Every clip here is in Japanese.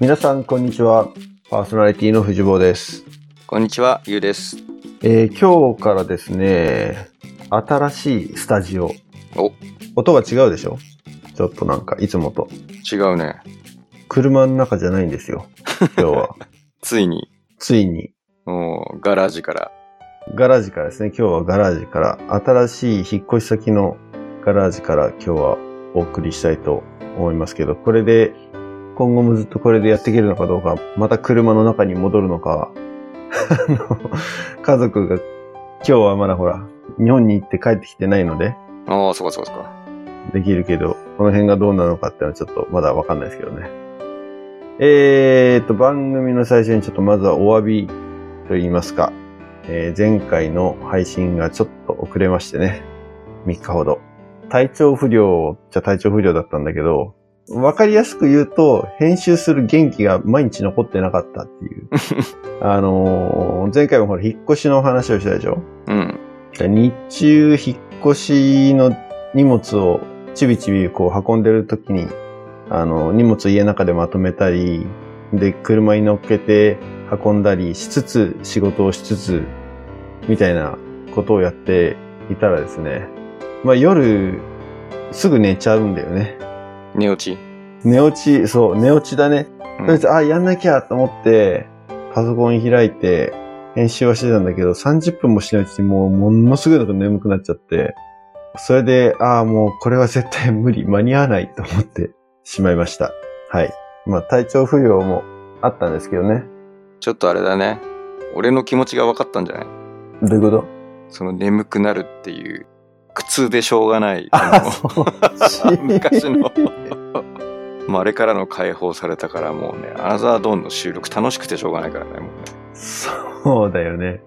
皆さん、こんにちは。パーソナリティの藤坊です。こんにちは、ゆうです。えー今日からですね、新しいスタジオ。お、音が違うでしょちょっとなんか、いつもと。違うね。車の中じゃないんですよ。今日は。ついに、ついに、もう、ガラージから。ガラージからですね、今日はガラージから、新しい引っ越し先のガラージから今日はお送りしたいと思いますけど、これで、今後もずっとこれでやっていけるのかどうか、また車の中に戻るのか、あの、家族が、今日はまだほら、日本に行って帰ってきてないので、ああ、そうかそうかそうか。できるけど、この辺がどうなのかってのはちょっとまだわかんないですけどね。えーっと、番組の最初にちょっとまずはお詫びと言いますか、えー前回の配信がちょっと遅れましてね、3日ほど。体調不良じゃ体調不良だったんだけど、わかりやすく言うと、編集する元気が毎日残ってなかったっていう。あのー前回もほら、引っ越しの話をしたでしょうん。で日中引っ越しの荷物をちびちびこう運んでる時にあの荷物を家の中でまとめたりで車に乗っけて運んだりしつつ仕事をしつつみたいなことをやっていたらですね、まあ、夜すぐ寝ちゃうんだよね寝落ち。寝落ちそう寝落ちだねとうりあえん、ず、あ、やんなきゃと思って、パソコン開いて、編集はしてたんだけど、30分もしないうちにもう、ものすごいのが眠くなっちゃって、それで、ああ、もうこれは絶対無理、間に合わないと思ってしまいました。はい。まあ、体調不良もあったんですけどね。ちょっとあれだね。俺の気持ちが分かったんじゃないどういうことその眠くなるっていう、苦痛でしょう がない。ああ、の。そう 昔の。まあ、あれからの解放されたからもうね、アナザードーンの収録楽しくてしょうがないからね、もうね。そうだよね。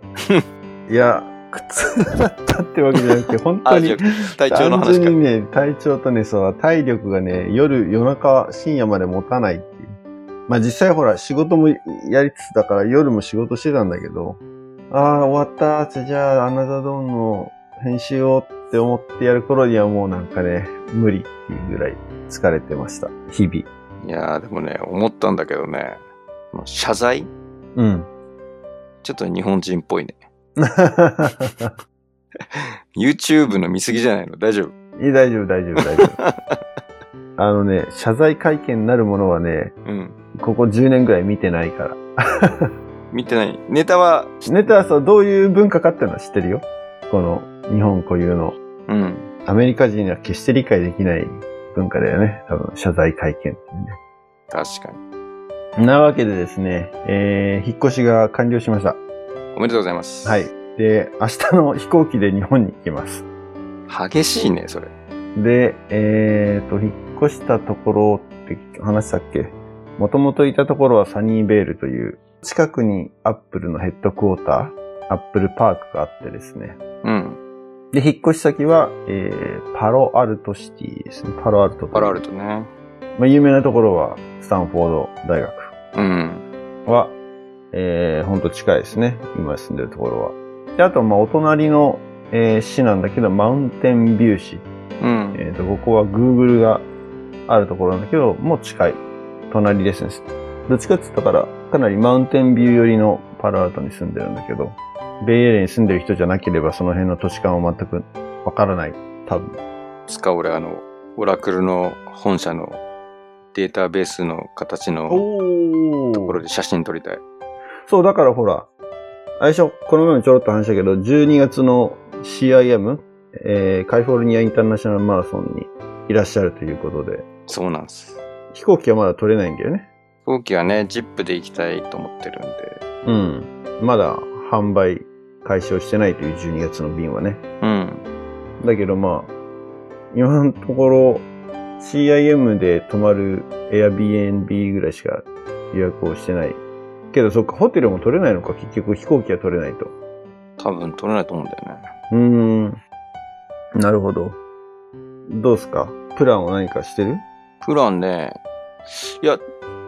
いや、苦痛だったってわけじゃなくて、本当あ、にじゃ。あ体調の単話か純。にね、体調とね、そう、体力がね、夜、夜中、深夜まで持たないっていう。まあ実際ほら、仕事もやりつつだから、夜も仕事してたんだけど、ああ、終わったじゃあじゃあ、アナザードーンの編集をって思ってやる頃にはもうなんかね、無理っていうぐらい疲れてました。日々。いやー、でもね、思ったんだけどね、もう謝罪うん。ちょっと日本人っぽいね。YouTube の見過ぎじゃないの大丈 夫いい大丈夫、大丈夫、大丈 夫。あのね、謝罪会見になるものはね、うん。ここ10年ぐらい見てないから。見てない。ネタは、ネタはそう、どういう文化かっていうのは知ってるよ。この日本固有のうん。アメリカ人には決して理解できない文化だよね。多分、謝罪会見っていう確かに。ね。なわけでですね、えー、引っ越しが完了しました。おめでとうございます。はい。。で、明日の飛行機で日本に行きます。激しいね、それ。で、えーと、引っ越したところって話したっけもともといたところはサニーベールという、近くにアップルのヘッドクォーター、アップルパークがあってですね、うん。で、引っ越し先は、えー、パロアルトシティですね。パロアルト。パラあるとね。まあ、有名なところは、スタンフォード大学うん。は、えー、ほんと近いですね。今住んでるところは。で、あと、まあ、お隣の、えー市なんだけど、マウンテンビュー市。うん。えっ、と、ここは Google があるところなんだけど、もう近い。隣ですね。どっちかって言ったから、かなりマウンテンビュー寄りのパロアルトに住んでるんだけど、ベイエリアに住んでる人じゃなければ、その辺の土地感は全くわからない。多分。つか俺、あの、オラクルの本社のデータベースの形のおところで写真撮りたい。そう、だからほら、最初、この前もちょろっと話したけど、12月の CIM、えー、カリフォルニアインターナショナルマラソンにいらっしゃるということで、そうなんです。飛行機はまだ取れないんだよね。飛行機はね、ジップで行きたいと思ってるんで。うん。まだ販売開始をしてないという12月の便はね。うん。だけどまあ、今のところ CIM で泊まる Airbnb ぐらいしか予約をしてない。けどそっか、ホテルも取れないのか、結局飛行機は取れないと。多分撮れないと思うんだよね。うーん。なるほど。どうすかプランを何かしてるプランね、いや、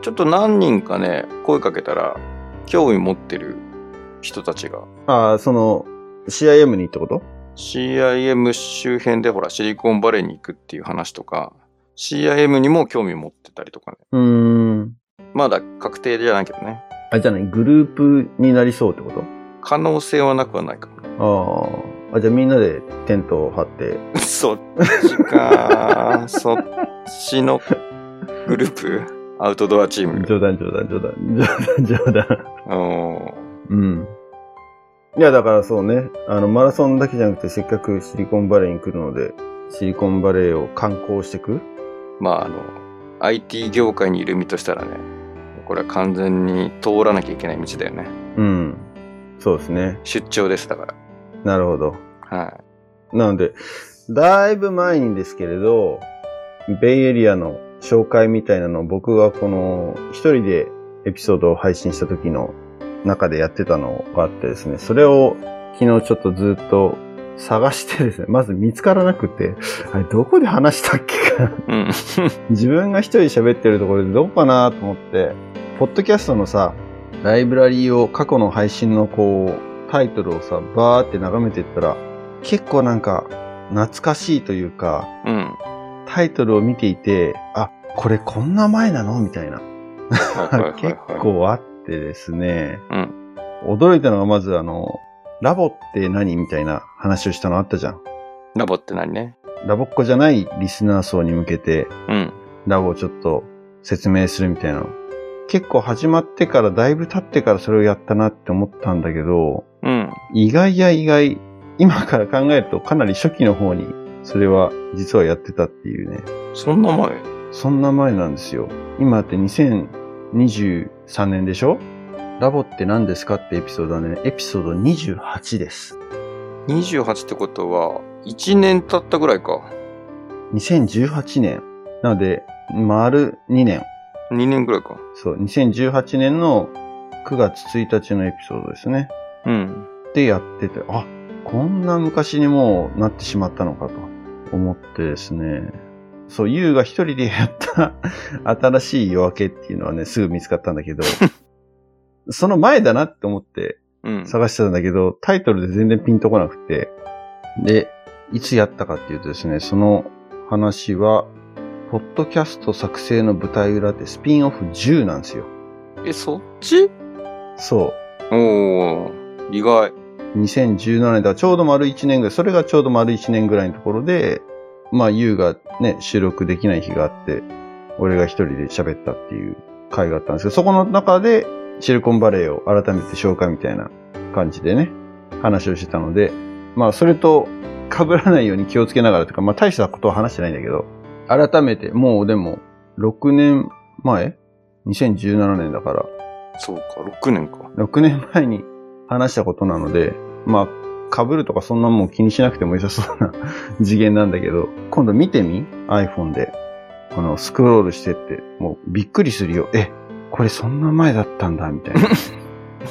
ちょっと何人かね、声かけたら、興味持ってる人たちが、ああ、その、CIM にってこと CIM 周辺でほら、シリコンバレーに行くっていう話とか、CIM にも興味持ってたりとかね。うーん。まだ確定じゃないけどね。あれじゃないグループになりそうってこ可能性はなくはないかもね。 とああ。あ、じゃあみんなでテントを張って。そっちか。そっちのグループアウトドアチーム。冗談冗談冗談。 冗談冗談。うんうん。いや、だからそうね。あの、マラソンだけじゃなくて、せっかくシリコンバレーに来るので、シリコンバレーを観光してくまあ、あの、IT 業界にいる身としたらね、これは完全に通らなきゃいけない道だよね。うん。そうですね。出張です、だかなるほど。ら。はい。なので、だいぶ前にですけれど、ベイエリアの紹介みたいなのを僕がこの一人でエピソードを配信した時の中でやってたのがあってですね、それを昨日ちょっとずっと探してですね、まず見つからなくて、あれどこで話したっけかなうん。自分が一人喋ってるところでどこかなと思って、ポッドキャストのさ、ライブラリーを過去の配信のこう、タイトルをさ、バーって眺めてったら、結構なんか、懐かしいというか、うん。タイトルを見ていて、あ、これこんな前なのみたいな。はいはいはい、はい。結構あってですね。うん驚いたのがまずあの、ラボって何みたいな話をしたのあったじゃん。ラボって何ね。ラボっ子じゃないリスナー層に向けて、うん。ラボをちょっと説明するみたいなの。結構始まってから、だいぶ経ってからそれをやったなって思ったんだけど、うん。意外や意外、今から考えるとかなり初期の方に、それは実はやってたっていうね。そんな前そんな前なんですよ。今って2023年でしょラボって何ですかってエピソードはね、エピソード28です。 28ってことは、1年経ったぐらいか。 2018年。なので、丸2年。 2年ぐらいか。そう、2018年の9月1日のエピソードですね。うん。ってやってて、あ、こんな昔にもうなってしまったのかと思ってですね。そう、ゆうが一人でやった 新しい夜明けっていうのはね、すぐ見つかったんだけ ど、その前だなって思ってうん。探してたんだけど、タイトルで全然ピンとこなくて、で、いつやったかっていうとですね、その話は、ポッドキャスト作成の舞台裏ってスピンオフ10なんですよ。え、そっちそう。おー、意外。 2017年だ、ちょうど丸1年ぐらい、それがちょうど丸1年ぐらいのところで、まあ、ゆうがね、収録できない日があって、俺が一人で喋ったっていう回があったんですけど、そこの中で、シリコンバレーを改めて紹介みたいな感じでね、話をしてたので、まあ、それと被らないように気をつけながらというか、まあ、大したことは話してないんだけど、改めて、もうでも、6年前 ?2017 年だから、そうか、6年か。 6年前に話したことなので、まあ、被るとかそんなもん気にしなくても良さそうな 次元なんだけど、今度見てみ ?iPhone で。このスクロールしてって、もうびっくりするよ。え、これそんな前だったんだ、みたいな。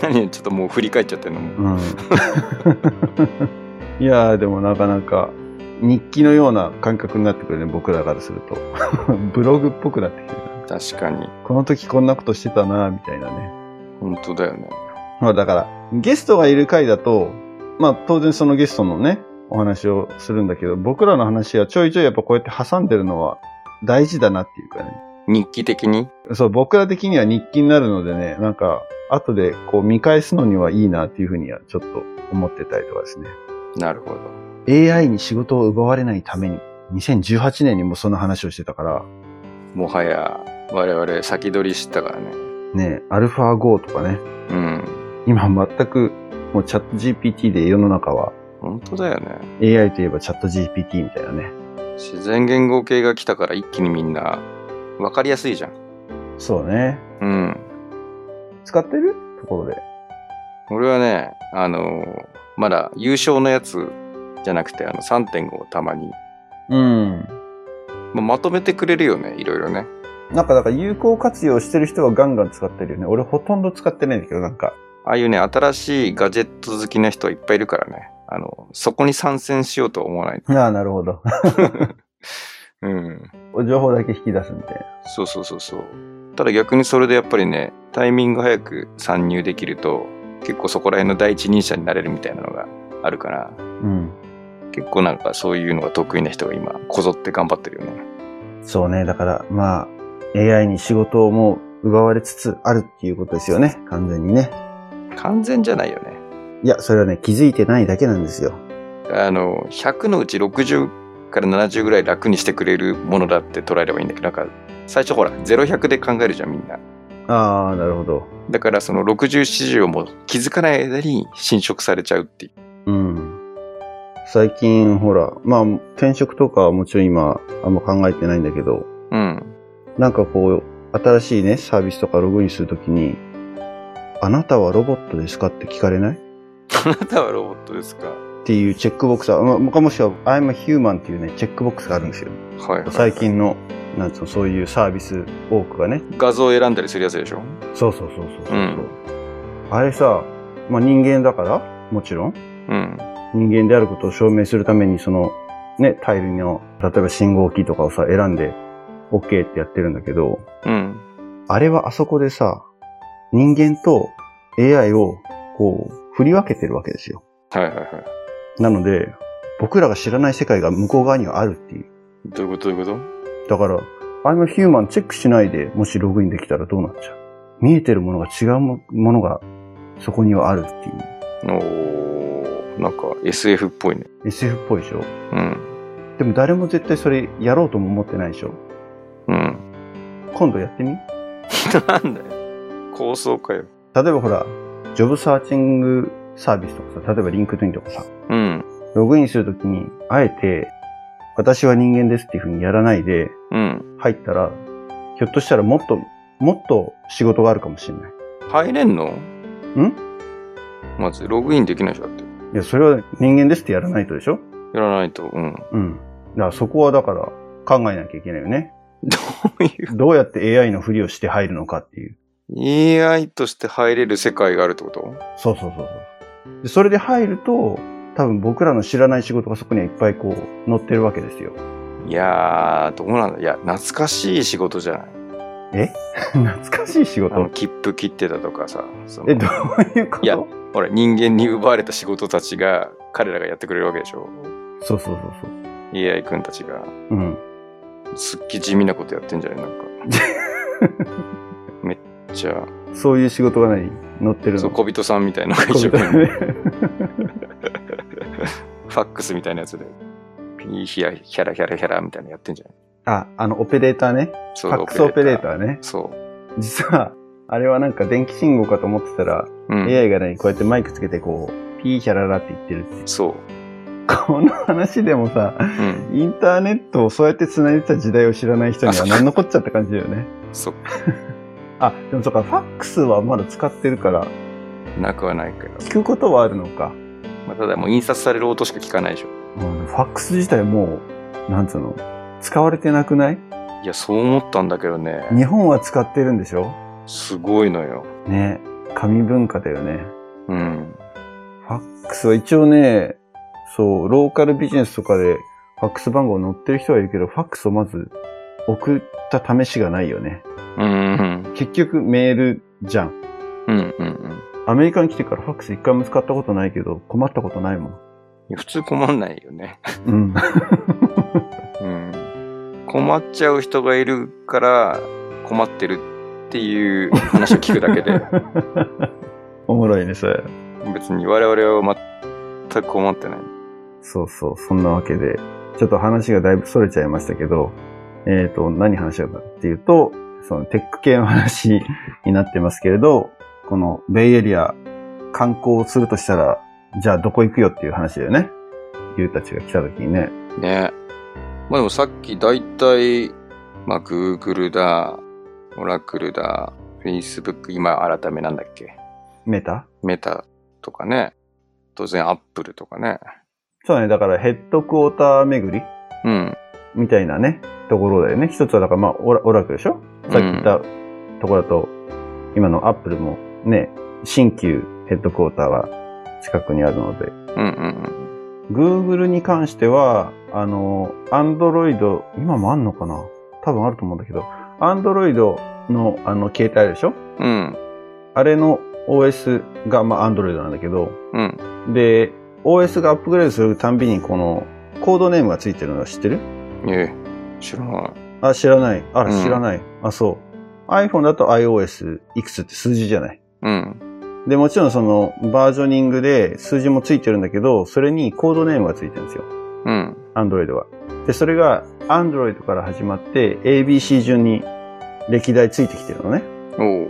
何ちょっともう振り返っちゃってんのもううん。 いやー、でもなかなか日記のような感覚になってくるね、僕らからすると。 ブログっぽくなってきてる。確かに。この時こんなことしてたな、みたいなね。本当だよね。まあだから、ゲストがいる回だと、まあ当然そのゲストのね、お話をするんだけど、僕らの話はちょいちょいやっぱこうやって挟んでるのは大事だなっていうかね。日記的にそう、僕ら的には日記になるのでね、なんか、後でこう見返すのにはいいなっていうふうにはちょっと思ってたりとかですね。なるほど。 AI に仕事を奪われないために、2018年にもその話をしてたから、もはや、我々先取りしたからね。ね、アルファ GO とかね、うん。今全くもうチャット GPT で世の中は本当だよね。 AI といえばチャット GPT みたいなね。自然言語系が来たから一気にみんな、わかりやすいじゃん。そうね。うん。使ってるところで。俺はね、あのーまだ優勝のやつじゃなくて、あの3.5をたまに、うん。まあまとめてくれるよね、いろいろね。なんか、だから有効活用してる人はガンガン使ってるよね。俺ほとんど使ってないんだけど、なんか。ああいうね、新しいガジェット好きな人はいっぱいいるからね。あの、そこに参戦しようとは思わない。ああ、なるほど。 うん。情報だけ引き出すみたいそうそうそうそう。ただ逆にそれでやっぱりね、タイミング早く参入できると、結構そこら辺の第一人者になれるみたいなのがあるから、な。うん。結構なんかそういうのが得意な人が今、こぞって頑張ってるよね。そうね。だから、まあ、AI に仕事をも奪われつつあるっていうことですよね。完全にね。完全じゃないよね。いや、それはね、気づいてないだけなんですよ。あの、100のうち60から70ぐらい楽にしてくれるものだって捉えればいいんだけど、なんか、最初ほら、0100で考えるじゃん、みんな。ああ、なるほど。だからその60、70をもう気づかない間に侵食されちゃうっていう。うん。最近、ほら、まあ、転職とかはもちろん今、あんま考えてないんだけど、うん。なんかこう、新しいね、サービスとかログインするときに、あなたはロボットですかって聞かれないあなたはロボットですかはっていうチェックボックスは、まあ、もしくは、I'm a human っていうね、チェックボックスがあるんですよ。い、はい。最。近の、なんつうの、そういうサービス多くがね。画像を選んだりするやつでしょそうそうそうそうそう、うんあれさ、まあ、人間だから、もちろん。うん。人間であることを証明するために、その、ね、対類の、例えば信号機とかをさ、選んで、OK ってやってるんだけど、うん。あれはあそこでさ、人間と AI を、こう、振り分けてるわけですよ。はいはいはい。なので、僕らが知らない世界が向こう側にはあるっていう。どういうことどういうことだから、I'm a human チェックしないで、もしログインできたらどうなっちゃう見えてるものが違うもものが、そこにはあるっていう。おーなんか SF っぽいね。 SF っぽいでしょうん。でも誰も絶対それやろうとも思ってないでしょうん。今度やってみ なんだよ。構想かよ。例えばほら、ジョブサーチングサービスとかさ、例えばリンクトインとかさ、うん。ログインするときに、あえて、私は人間ですっていうふうにやらないで、うん。入ったら、ひょっとしたらもっと、もっと仕事があるかもしれない。入れんのんまずログインできないでしょだって。いや、それは人間ですってやらないとでしょやらないと。うん。どうん。だからそこはだから考えなきゃいけないよね。ういどうやって AI のふりをして入るのかっていう。う ?AI として入れる世界があるってことそうそうそうそう。でそれで入ると、多分僕らの知らない仕事がそこにはいっぱいこう、載ってるわけですよ。 いやー、どうなんだいや、懐かしい仕事じゃないえ懐かしい仕あの、事切符切ってたとかさ。そのえ、どういうこといやほら、人間に奪われた仕事たちが、彼らがやってくれるわけでしょそうそうそうそう。 ?AI 君たちが。うん。すっげえ地味なことやってんじゃないなん か。めっちゃ、そういう仕事が何載ってるそう、の小人さんみたいなのが一小生人懸だ命ねファックスみたいなやつで、ピーヒヤヒャラヒャラヒャラみたいなのやってんじゃない あ、あの、オペレーターね。そフうァックスオペレーター。ーね。そう。実は、あれはなんか電気信号かと思ってたら、うん。 AI がね、こうやってマイクつけてこう、ピーヒャララって言ってるっていう。 そう。この話でもさ、うん。インターネットをそうやって繋いでた時代を知らない人に は何残っちゃった感じだよね。そう。あ、でもそっか、ファックスはまだ使ってるから、なくはないけど。聞くことはあるのか。まあ、ただもう印刷される音しか聞かないでしょ。うんファックス自体もう、なんつうの、使われてなくないいや、そう思ったんだけどね。日本は使ってるんでしょすごいのよ。ね。紙文化だよね。うん。ファックスは一応ね、そう、ローカルビジネスとかでファックス番号載ってる人はいるけど、ファックスをまず送った試しがないよね。うんうん。結局メールじゃん。うんうんうん。アメリカに来てからファックス一回も使ったことないけど、困ったことないもん。いや普通困んないよね。うん。うん。困っちゃう人がいるから困ってるっていう話を聞くだ けで、おもろいね、それ。別に我々は全く困ってない。そうそう、そんなわけで、ちょっと話がだいぶ逸れちゃいましたけど、えっ、と、何話したかっていうと、そのテック系の話になってますけれど、このベイエリア観光するとしたら、じゃあどこ行くよっていう話だよね。ユウたちが来た時にね。ね。まあでもさっき大体、まあ Google だ、Oracle だ、Facebook、今改めなんだっけ、メタメタとかね、当然 Apple とかね。そうだね、だからヘッドクォーター巡りうん。みたいなね、ところだよね。一つはだからまあオラオラクルでしょさっき言ったところだと、今のアップルもね、新旧ヘッドクォーターが近くにあるので、うんうん Google に関しては、あの、Android、今もあんのかな多分あると思うんだけど、Android の、あの、携帯あるでしょうん。うん。あれの OS が、まあ、Android なんだけど、うん。で、OS がアップグレードするたんびに、この、コードネームがついてるの知ってるええ、知らない。あ、知らない。あ、うん知らない。あ、そう。 iPhone だと iOS いくつって数字じゃない。うん。で、もちろんそのバージョニングで数字もついてるんだけど、それにコードネームがついてるんですよ。うん。 Android は。で、それが Android から始まって ABC 順に歴代ついてきてるのね。おう。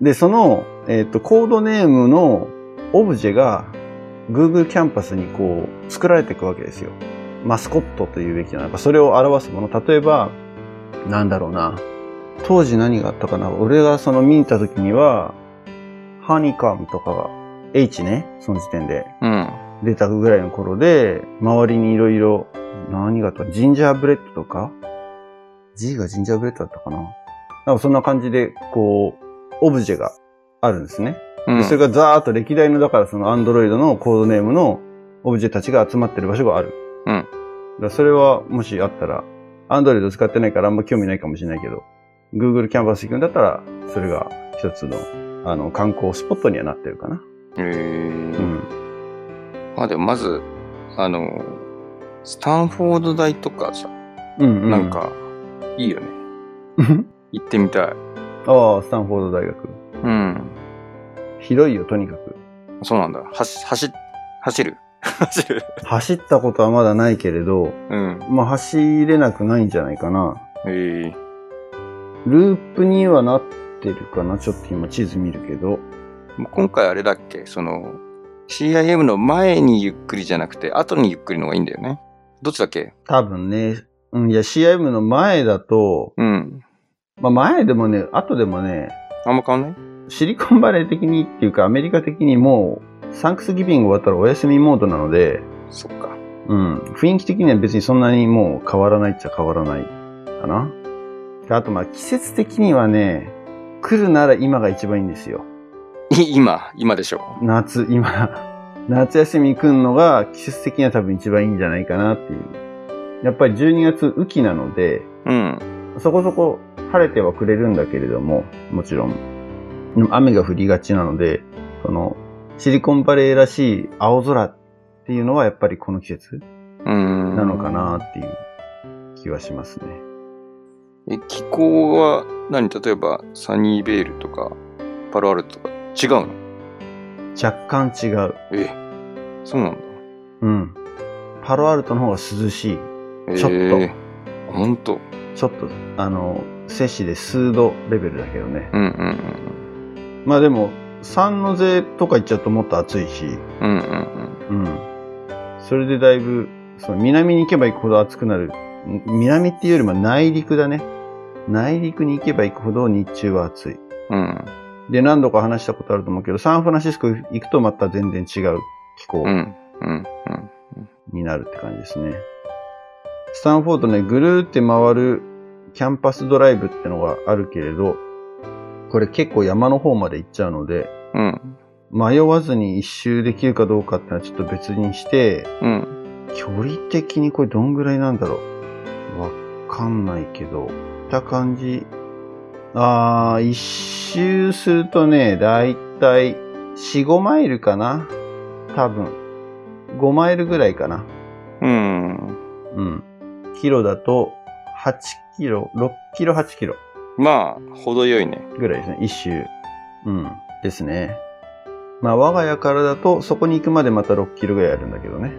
で、その、えっ、と、コードネームのオブジェが Google キャンパスにこう作られていくわけですよ。マスコットというべきなのか、それを表すもの。例えば、なんだろうな。当時何があったかな。俺がその見に行った時には、ハニカムとかが H ね、その時点でうん。出たぐらいの頃で、周りにいろいろ、何があったジンジャーブレッドとか ?G がジンジャーブレッドだったかななんかそんな感じで、こう、オブジェがあるんですね。うでん。それがザーッと歴代の、だからそのアンドロイドのコードネームのオブジェたちが集まってる場所がある。うんだからそれは、もしあったら、アンドロイド使ってないからあんま興味ないかもしれないけど、Google キャンパス行くんだったら、それが一つの、あの、観光スポットにはなってるかな。へうーん。まあでもまず、あの、スタンフォード大とかさ、うん、うなん。か、いいよね。行ってみたい。ああ、スタンフォード大学。うん。広いよ、とにかく。そうなんだ。走、走、走る 走る走ったことはまだないけれど、うん。まあ、走れなくないんじゃないかな。ええループにはなってるかなちょっと今地図見るけど。もう今回あれだっけその、CIM の前にゆっくりじゃなくて、後にゆっくりの方がいいんだよね。どっちだっけ多分ね、うん、いや、CIM の前だと、うん。まあ、前でもね、後でもね、あんま変わんないシリコンバレー的にっていうか、アメリカ的にもう、サンクスギビング終わったらお休みモードなので、そっか。うん。雰囲気的には別にそんなにもう変わらないっちゃ変わらないかな。であとまあ季節的にはね、来るなら今が一番いいんですよ。い今、今でしょ。夏、今、 夏休み来るのが季節的には多分一番いいんじゃないかなっていう。やっぱり12月雨季なので、うん。そこそこ晴れてはくれるんだけれども、もちろん。でも雨が降りがちなので、その、シリコンバレーらしい青空っていうのはやっぱりこの季節うん。なのかなっていう気はしますね。え、気候は何、例えば、サニーベールとか、パロアルトとか、違うの若干違う。え、そうなんだ。うん。パロアルトの方が涼しい。えちょっとえほんと。ちょっと、あの、摂氏で数度レベルだけどね。うんうんまあでも、三の瀬とか行っちゃうともっと暑いし、うん。うんうんうん。それでだいぶ、その南に行けば行くほど暑くなる。ん南っていうよりも内陸だね。内陸に行けば行くほど日中は暑い。うん。うん。で、何度か話したことあると思うけど、サンフランシスコ行くとまた全然違う気候。うん。うん。うん。になるって感じですね。スタンフォードね、ぐるーって回るキャンパスドライブってのがあるけれど、これ結構山の方まで行っちゃうので、うん。迷わずに一周できるかどうかってのはちょっと別にして、うん。距離的にこれどんぐらいなんだろう。わかんないけど、見た感じ。あー、一周するとね、だいたい4、5マイルかな多分。5マイルぐらいかな。うん。うん。キロだと、8キロ、6キロ、8キロまあ、程よい ね。ぐらいですね。一周。うん。ですね。まあ、我が家からだと、そこに行くまでまた6キロぐらいあるんだけどね。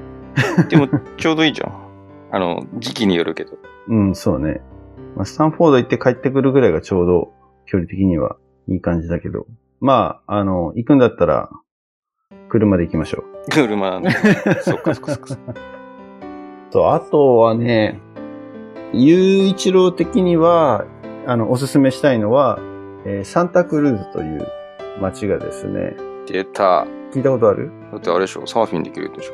でも、ちょうどいいじゃん。あの、時期によるけど。うん、そうね。まあ、スタンフォード行って帰ってくるぐらいがちょうど、距離的にはいい感じだけど。まあ、あの、行くんだったら、車で行きましょう。車 なんだ。そっかそっかそっか。と、あとはね、雄一郎的には、あの、おすすめしたいのは、えーサンタクルーズという街がですね、出た。聞いたことあるだってあれでしょ、サーフィンできるでしょ。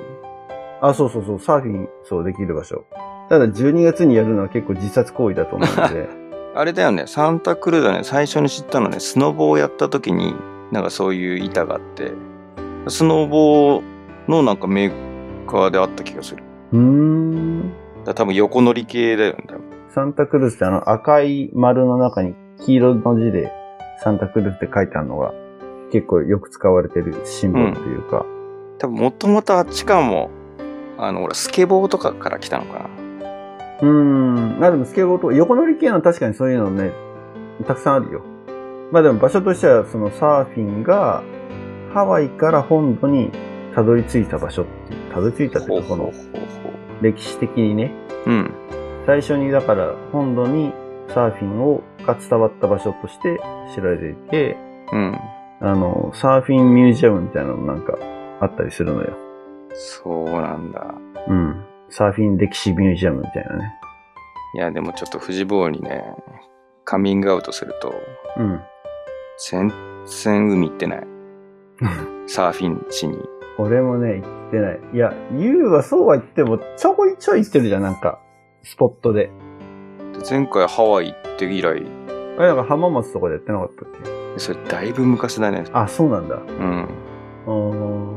あ、そうそうそう、サーフィン、そう、できる場所。ただ、12月にやるのは結構自殺行為だと思うの で、あれだよね、サンタクルーだね、最初に知ったのね、スノボをやった時に、なんかそういう板があって、スノボのなんかメーカーであった気がする。うーん。だから多分横乗り系だよね、多分。サンタクルーズってあの赤い丸の中に黄色の字でサンタクルーズって書いてあるのが結構よく使われてるシンボルというか、多分もともとあっちかも、あの、ほら、スケボーとかから来たのかな。うーん。あ、でもスケボーと、横乗り系の確かにそういうのね、たくさんあるよ。まあでも場所としては、そのサーフィンがハワイから本土にたどり着いた場所っていう、たどり着いたっていうか、この歴史的にね、うん。最初にだから本土にサーフィンをが伝わった場所として知られていて、うん。あの、サーフィンミュージアムみたいなのもなんかあったりするのよ。そうなんだ。うん。サーフィン歴史ミュージアムみたいなね。いや、でもちょっと藤坊にね、カミングアウトすると、うん。全然海行ってない。サーフィンしに。俺もね、行ってない。いや、ユウはそうは言っても、ちょこいちょい行ってるじゃん、なんか、スポットで。で前回ハワイ行って以来、あれ、なんか浜松とかでやってなかったっけそれだいぶ昔だね。あ、そうなんだ。うん。うーん。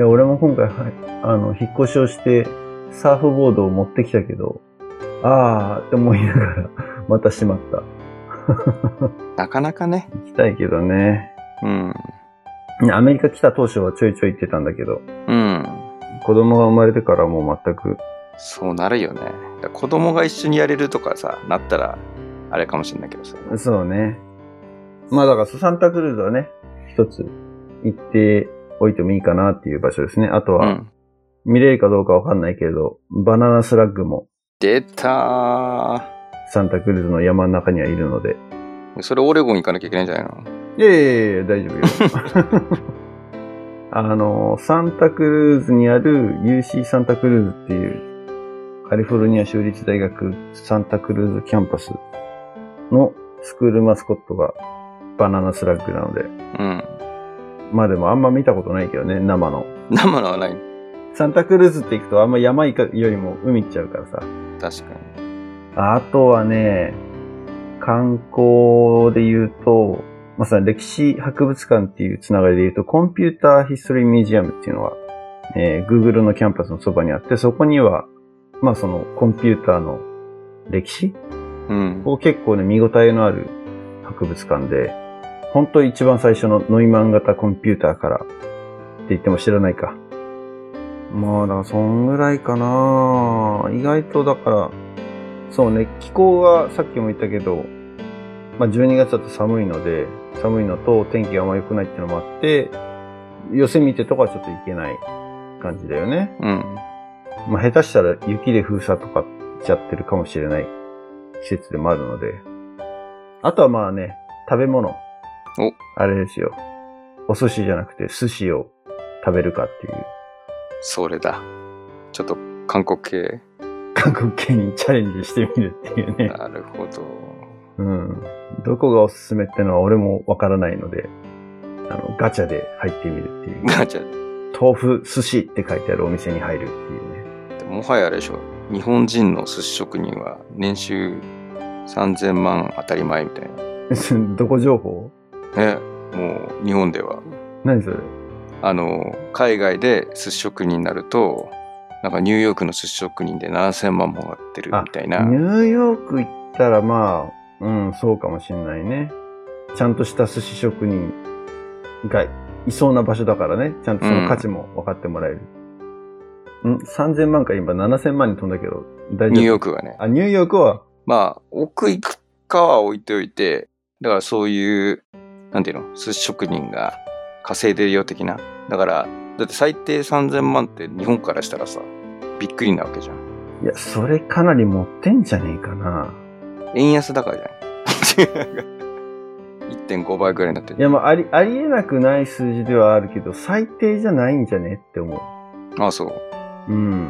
いや、俺も今回、はいあの、引っ越しをして、サーフボードを持ってきたけど、あーって思いながら、 またしまった。なかなかね。行きたいけどね。うん。いやアメリカ来た当初はちょいちょい行ってたんだけど、うん。子供が生まれてからもう全く、そうなるよね。だから子供が一緒にやれるとかさ、なったら、あれかもしれないけどさ。そうね。まあだから、サンタクルーズはね、一つ行っておいてもいいかなっていう場所ですね。あとうは、ん。見れるかどうかわかんないけれど、バナナスラッグも出たー。サンタクルーズの山の中にはいるので。それオレゴン行かなきゃいけないんじゃないのいやいやいや、大丈夫よ。 あの、サンタクルーズにある UC サンタクルーズっていう、カリフォルニア州立大学サンタクルーズキャンパスのスクールマスコットがバナナスラッグなので、うん。まあでもあんま見たことないけどね、生の。生のはない。サンタクルーズって行くとあんま山行くよりも海行っちゃうからさ。確かに。あとはね、観光で言うと、まあさ、歴史博物館っていうつながりで言うと、コンピューターヒストリーミュージアムっていうのは、えー Google のキャンパスのそばにあって、そこには、まあそのコンピューターの歴史うん。を結構ね、見応えのある博物館で、本当一番最初のノイマン型コンピューターからって言っても知らないか。まあ、だからそんぐらいかな意外とだから、そうね、気候がさっきも言ったけど、まあ12月だと寒いので、寒いのと天気があんま良くないっていうのもあって、寄せ見てとかはちょっと行けない感じだよね。うん。まあ、下手したら雪で封鎖とかしちゃってるかもしれない季節でもあるので。あとはまあね、食べ物。あれですよ。お寿司じゃなくて寿司を食べるかっていうそれだ。ちょっと韓国系。韓国系にチャレンジしてみるっていうね。なるほど。うん。どこがおすすめってのは俺もわからないので、あの、ガチャで入ってみるって いう。ガチャ豆腐寿司って書いてあるお店に入るっていうね。ってもはやあれでしょ。日本人の寿司職人は年収3000万当たり前みたい どこ情報な。ね。もう日本では。何それあの、海外で寿司職人になると、なんかニューヨークの寿司職人で7000万もらってるみたいな。ニューヨーク行ったらまあ、うん、そうかもしんないね。ちゃんとした寿司職人がいそうな場所だからね。ちゃんとその価値も分かってもらえる。うん、3000万か今7000万に飛んだけど、大丈夫ニューヨークがね。あ、ニューヨークは、まあ、奥行くかは置いておいて、だからそういう、なんていうの、寿司職人が稼いでるよ的な。だから、だって最低3000万って日本からしたらさ、びっくりなわけじゃん。いや、それかなり持ってんじゃねえかな。円安だからじゃない 1.5倍ぐらいになっている。や、まあ、あり、ありえなくない数字ではあるけど、最低じゃないんじゃねって思う。ああ、そう。うん。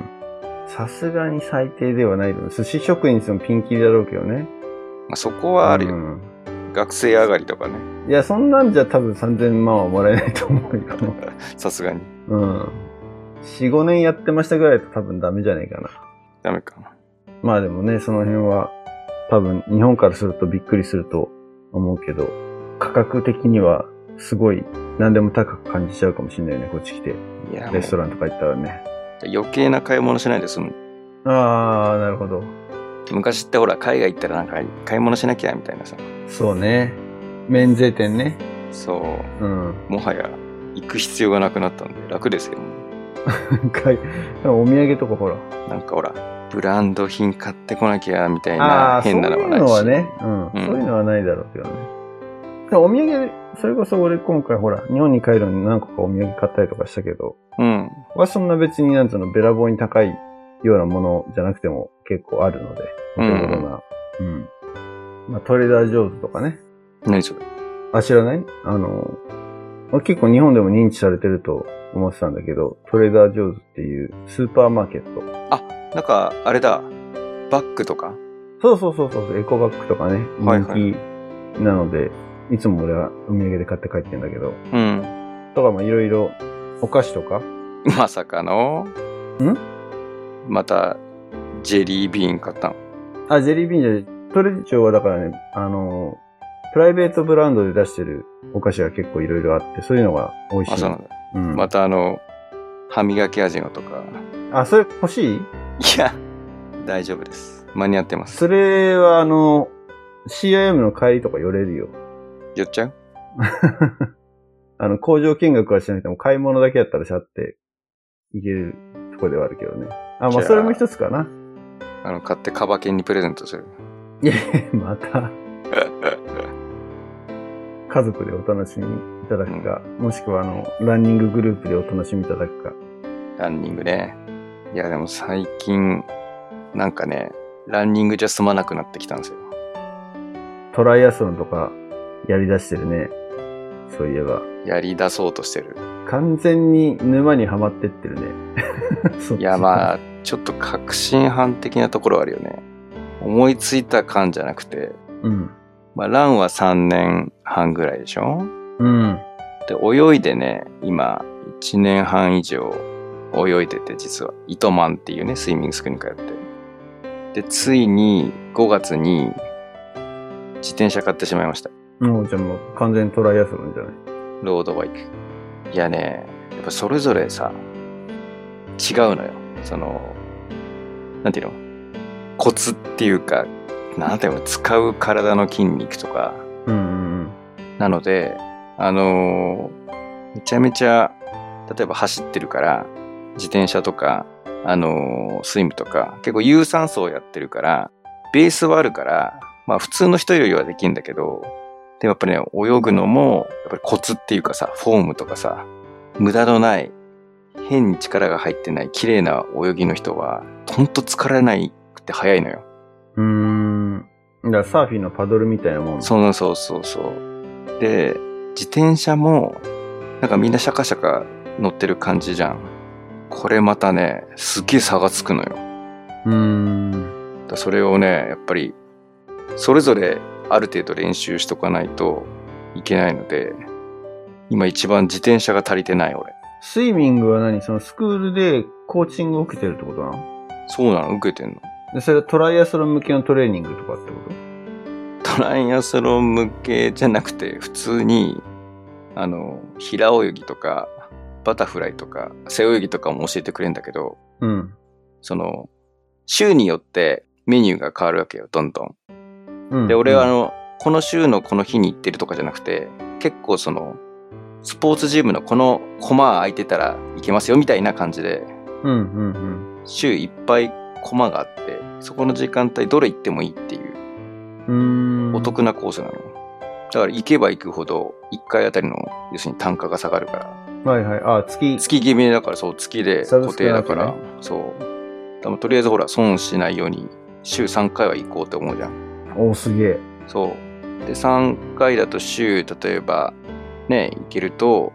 さすがに最低ではないと思う。寿司職人にしてもピンキリだろうけどね。まあ、そこはあるよ、うん学生上がりとかね。いや、そんなんじゃ多分3000万はもらえないと思うよ。さすがに。うん。4、5年やってましたぐらいだと多分ダメじゃないかな。ダメかな。まあでもね、その辺は多分日本からするとびっくりすると思うけど、価格的にはすごい何でも高く感じちゃうかもしれないよね、こっち来て。いや、もうレストランとか行ったらね。余計な買い物しないで済む。あー、なるほど。昔ってほら、海外行ったらなんか買い物しなきゃみたいなさ。そうね。免税店ね。そう。うん。もはや行く必要がなくなったんで楽ですよ。かいお土産とかほら。なんかほら、ブランド品買ってこなきゃみたいあなあー、変なのはないそういし。うのはね、うんうんそういうのはないだろうけどね。でもお土産、それこそ俺今回ほら、日本に帰るのに何個かお土産買ったりとかしたけど、うん。はそんな別になんつうの、べらぼうに高いようなものじゃなくても結構あるので、お手頃な。うん。まあ、トレーダージョーズとかね。何それあ、知らないあの、まあ結構日本でも認知されてると思ってたんだけど、トレーダージョーズっていうスーパーマーケット。なんか、あれだ。バッグとか。そうそうそうそう、エコバッグとかね、はい人はい気なので、い、つも俺はお土産で買って帰ってんだけど、うん。 とかまあいろいろお菓子とか、まさかの。んまた、ジェリービーン買ったの。あ、ジェリービーンじゃないトレジチョはだからね、あの、プライベートブランドで出してるお菓子が結構いろいろあって、そういうのが美味しいあ、の。そうなんだ。うん、またあの、歯磨き味のとか。あ、それ欲しいいや、大丈夫です。間に合ってます。それはあの、CIM の帰りとか寄れるよ。寄っちゃうあの、工場見学はしなくても買い物だけやったらシャって行けるとこではあるけどね。あ、じまゃああそれも一つかな。あの、買ってカバケンにプレゼントする。いやいや、 また。家族でお楽しみいただくか、もしくはあの、ランニンググループでお楽しみいただくか。ランニングね。いや、でも最近、なんかね、ランニングじゃ済まなくなってきたんですよ。トライアスロンとかやり出してるね。そういえば。やり出そうとしてる。完全に沼にはまってってるね。 そっちいや、まあ、ちょっと確信犯的なところはあるよね。思いついた感じゃなくて、うん。まあ、ランは3年半ぐらいでしょうん。で、泳いでね、今、1年半以上泳いでて、実は、糸満っていうね、スイミングスクールに通って。で、ついに5月に自転車買ってしまいました。もうじゃあもう完全にトライアスロンじゃない。ロードバイク。いやね、やっぱそれぞれさ、違うのよ。その、なんていうのコツっていうか、なんていうの使う体の筋肉とか、うんうんなので、あのーめちゃめちゃ、例えば走ってるから、自転車とか、あのースイムとか、結構有酸素をやってるから、ベースはあるから、まあ普通の人よりはできるんだけど、でもやっぱりね、泳ぐのも、やっぱりコツっていうかさ、フォームとかさ、無駄のない、変に力が入ってない、綺麗な泳ぎの人は、ほんと疲れないくて早いのよ。うん。うーん。だからサーフィンのパドルみたいなもん。そうそうそうそう。で、自転車も、なんかみんなシャカシャカ乗ってる感じじゃん。これまたね、すっげえ差がつくのよ。う。うーん。だからそれをね、やっぱり、それぞれある程度練習しとかないといけないので、今一番自転車が足りてない俺。スイミングは何そのスクールでコーチングを受けてるってことなのそうなの受けてんのでそれはトライアスロン向けのトレーニングとかってことトライアスロン向けじゃなくて普通にあの平泳ぎとかバタフライとか背泳ぎとかも教えてくれるんだけどうん。その週によってメニューが変わるわけよどんどん。うん、で俺はあうんのこの週のこの日に行ってるとかじゃなくて結構そのスポーツジムのこのコマ空いてたら行けますよみたいな感じでうんうんうん。週いっぱいコマがあってそこの時間帯どれ行ってもいいっていううーんお得なコースなの。だから行けば行くほど、1回あたりの、要するに単価が下がるから。はいはい。あ、月。月決めだから、そう、月でサブ固スク定なわだけねから、そう。でもとりあえずほら、損しないように、週3回は行こうって思うじゃん。お、すげえ。そう。で、3回だと週、例えば、ね、行けると、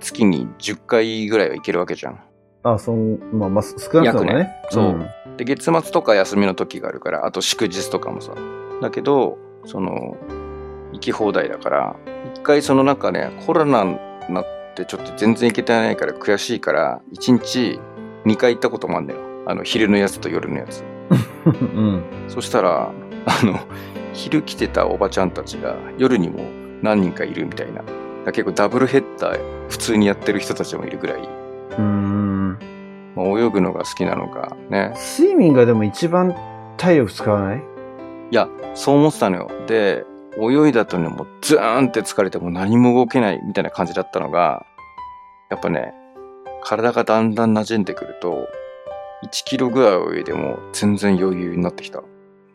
月に10回ぐらいは行けるわけじゃん。あ、そん、まあ、まあ、少なくともね。約ねそうんで、月末とか休みの時があるから、あと祝日とかもさ。だけど、その、行き放題だから、一回そのなんかね、コロナになってちょっと全然行けてないから悔しいから、一日2回行ったこともあんだよ。あの、昼のやつと夜のやつ。うん。 そしたら、 あの、昼来てたおばちゃんたちが夜にも何人かいるみたいな。だから結構ダブルヘッダー、普通にやってる人たちもいるぐらい、うん。うーん。まあ、泳ぐのが好きなのか、ね、スイミングがでも一番体力使わないいや、そう思ってたのよ。で、泳いだとね、もうズーンって疲れて、もう何も動けないみたいな感じだったのが、やっぱね、体がだんだん馴染んでくると、1キロぐらい泳いでも全然余裕になってきた。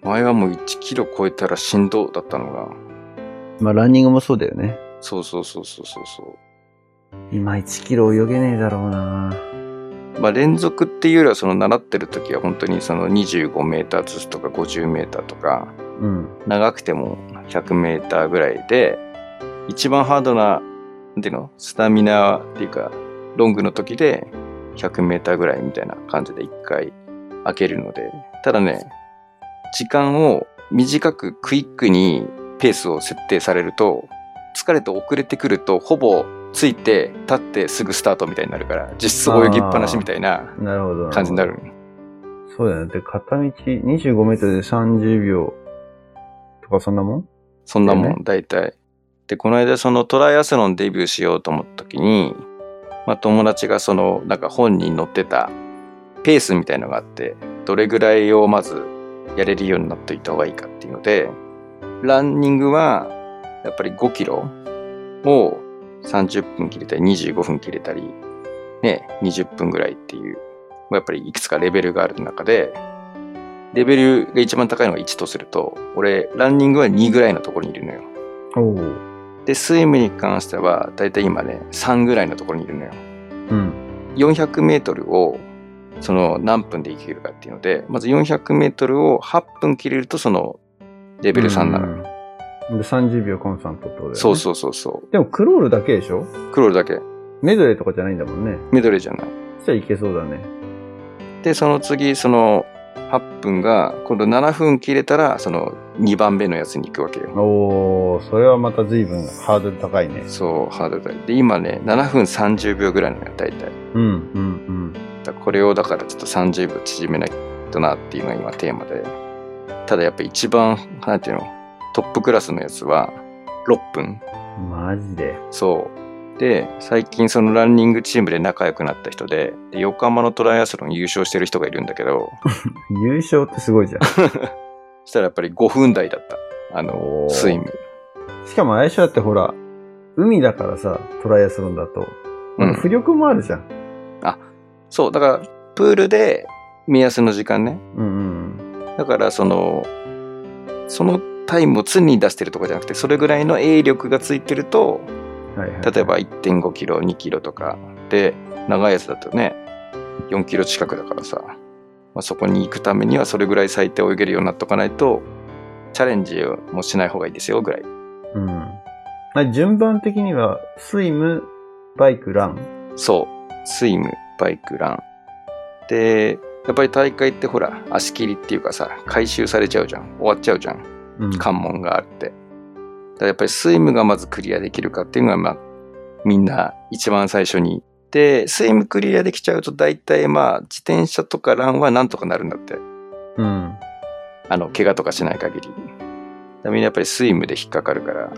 前はもう1キロ超えたらしんどだったのが、まあ、ランニングもそうだよね。そうそうそうそうそうそ今1キロ泳げねえだろうなう。まあ連続っていうよりはその習ってる時は本当にその25メーターずつとか50メーターとかうん。長くても100メーターぐらいで一番ハードななんていうのスタミナっていうかロングの時で100メーターぐらいみたいな感じで一回開けるのでただね時間を短くクイックにペースを設定されると疲れて遅れてくるとほぼついて立ってすぐスタートみたいになるから実質泳ぎっぱなしみたいななるほど。感じになる。そうだよね。で、片道25メートルで30秒とかそんなもんそんなもだよん、大体。で、この間、そのトライアスロンデビューしようと思った時に、まあ、友達がその、なんか本に載ってたペースみたいのがあって、どれぐらいをまずやれるようになっていた方がいいかっていうので、ランニングは、やっぱり5キロを30分切れたり、25分切れたり、ね、20分ぐらいっていう、まあやっぱりいくつかレベルがある中で、レベルが一番高いのが1とすると、俺、ランニングは2ぐらいのところにいるのよ。おお。で、スイムに関しては、だいたい今ね、3ぐらいのところにいるのよ。うん。 400メートルを、その何分でけるかっていうので、まず400メートルを8分切れると、その、レレベル3なのよ。の。で、30秒コンスタントってことだよね。。そうそうそうそうでも、クロールだけでしょう。クロールだけ。メドレーとかじゃないんだもんね。メドレーじゃない。そしたらいけそうだね。で、その次、その、8分が、今度7分切れたら、その、2番目のやつに行くわけよ。おお、それはまた随分ハードル高いね。そう、ハードルだで、今ね、7分30秒ぐらいなのよ、だいたい。うん、うん、だからこれをだからちょっと30秒縮めないとなっていうのが今テーマでただやっぱ一番なんていうのトップクラスのやつは6分うん。マジで。そうで最近そのランニングチームで仲良くなった人でで横浜のトライアスロン優勝してる人がいるんだけど優勝ってすごい じゃん。そしたらやっぱり5分台だったあのおースイムしかも相性だってほら、海だからさ、トライアスロンだと。うん浮力もあるじゃん。そうだからプールで目安の時間ねうんうんだからそのそのタイムを常に出してるとかじゃなくてそれぐらいの泳力がついてるとうん。はいはい。例えば1 5キロ2キロとかで長いやつだとね4キロ近くだからさ、まあ、そこに行くためにはそれぐらい最低泳げるようになっとかないとチャレンジをもうしない方がいいですよぐらいうん。あ順番的には、スイム、バイク、ラン。そうスイムバイクランでやっぱり大会ってほら足切りっていうかさ回収されちゃうじゃん終わっちゃうじゃんうん。関門があって。だからやっぱりスイムがまずクリアできるかっていうのが、まあ、みんな一番最初に。で、スイムクリアできちゃうと大体まあ、自転車とかランはなんとかなるんだって。うん。あの、怪我とかしない限り。だからみんなやっぱりスイムで引っかかるから。だか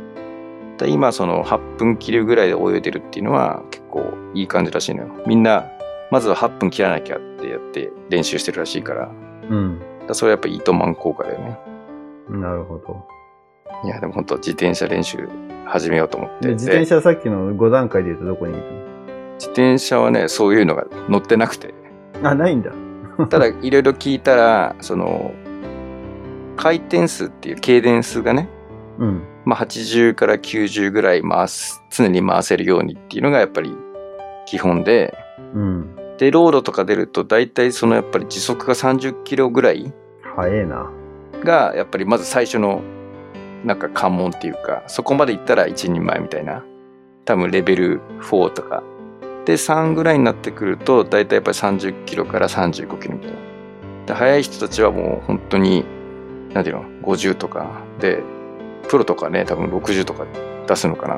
ら今その8分切るぐらいで泳いでるっていうのは結構いい感じらしいのよ。みんな、まずは8分切らなきゃってやって練習してるらしいから。だかうん。らそれはやっぱイートマン効果だよね。なるほど。いや、でも本当自転車練習始めようと思って。で、自転車さっきの5段階で言うとどこにいる自転車はねそういうのが乗ってなく てのあ、ないんだ。ただいろいろ聞いたらその回転数っていう経電数がね、うん。まあ、80から90ぐらい回す常に回せるようにっていうのがやっぱり基本でうん。でロードとか出ると大体そのやっぱり時速が30キロぐらい早えな。がやっぱりまず最初のなんか関門っていうかそこまで行ったら一人前みたいな多分レベル4とかで3ぐらいになってくると大体やっぱり30キロから35キロみたいなで速い人たちはもう本当に何ていうの50とかでプロとかね多分60とか出すのかな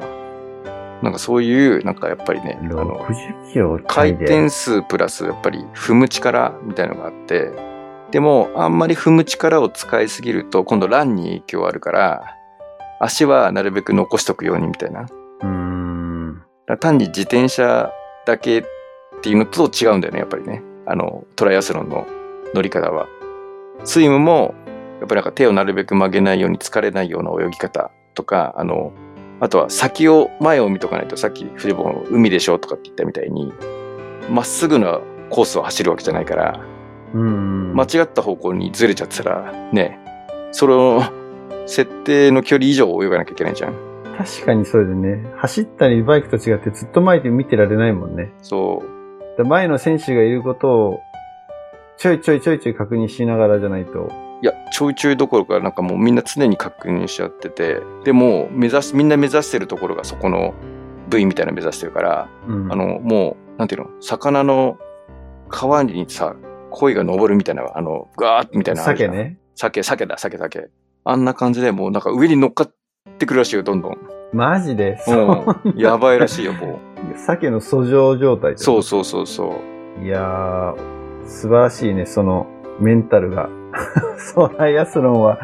なんかそういうなんかやっぱりねあの60キロ回タイで転数プラスやっぱり踏む力みたいのがあってでもあんまり踏む力を使いすぎると今度ランに影響あるから足はなるべく残しとくようにみたいなだかうーん。ら単に自転車だけっていうのと違うんだよねやっぱりねあのトライアスロンの乗り方はスイムもやっぱりなんか手をなるべく曲げないように疲れないような泳ぎ方とかあのあとは先を前を見とかないとさっきフジボンの海でしょとかって言ったみたいにまっすぐなコースを走るわけじゃないからうん。間違った方向にずれちゃってたらねそれを設定の距離以上泳がなきゃいけないじゃん確かにそうだね。走ったりバイクと違ってずっと前で見てられないもんね。そう。だから前の選手がいることを、ちょいちょいちょいちょい確認しながらじゃないと。いや、ちょいちょいどころか、なんかもうみんな常に確認しちゃってて、でも、目指し、みんな目指してるところがそこの部位みたいなの目指してるから、うん。あ、の、もう、なんていうの、魚の川にさ、鯉が登るみたいな、あの、ガーッみたいなのあるじ鮭ゃん。ね。鮭、鮭だ、鮭、鮭。あんな感じでもうなんか上に乗っかってくるらしいよ、どんどん。マジで、そう。うん。 やばいらしいよ、もう。鮭の遡上状態。そううそうそうそう。いやー、素晴らしいね、そのメンタルが。 ソーライアスロンは、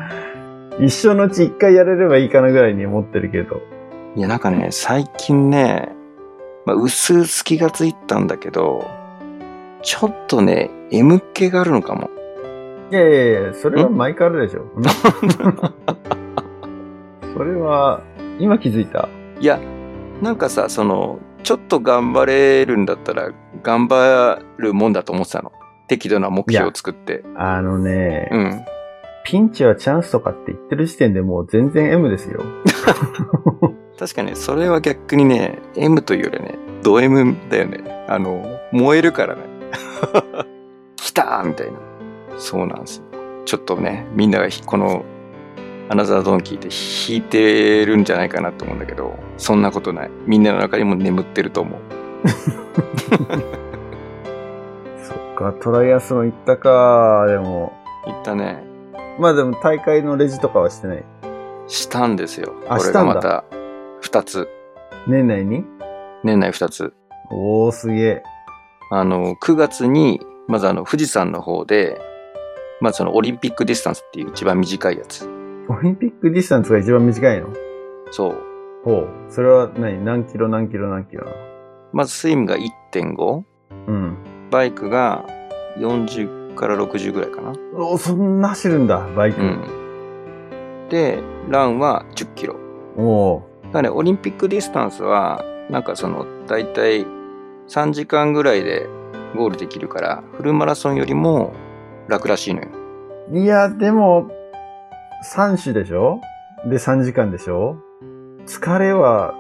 一生のうち一回やれればいいかなぐらいに思ってるけど。いや、なんかね、最近ね、まあ、うすうす気がついたんだけど、ちょっとね、M 系があるのかも。いやいやいや、それは毎回あるでしょ。 それは、今気づいた。いや、なんかさ、その、ちょっと頑張れるんだったら、頑張るもんだと思ってたの。適度な目標を作って。あのね、うん。ピンチはチャンスとかって言ってる時点でもう全然 M ですよ。確かに、それは逆にね、M というよりね、ド M だよね。あの、燃えるからね。 来たーみたいな。そうなんですよ。ちょっとね、みんながひこの、アナザードン聞いて引いてるんじゃないかなと思うんだけど、そんなことない。みんなの中にも眠ってると思う。そっか、トライアスロン行ったか、でも。言ったね。まあでも大会のレジとかはしてない。したんですよ。あこれしたがんだまた、二つ。年内に年内2つ。おー、すげえ。あの、9月に、まずあの、富士山の方で、まずそのオリンピックディスタンスっていう一番短いやつ。オリンピックディスタンスが一番短いのそう。ほう。それは何何キロ何キロ何キロなのまずスイムが1.5、うん。バイクが40から60ぐらいかな。おー、そんな走るんだ、バイク。うん。で、ランは10キロ。おー。だからね、オリンピックディスタンスは、なんかその、だいたい3時間ぐらいでゴールできるから、フルマラソンよりも楽らしいのよ。いや、でも、3種でしょで、3時間でしょ疲れは、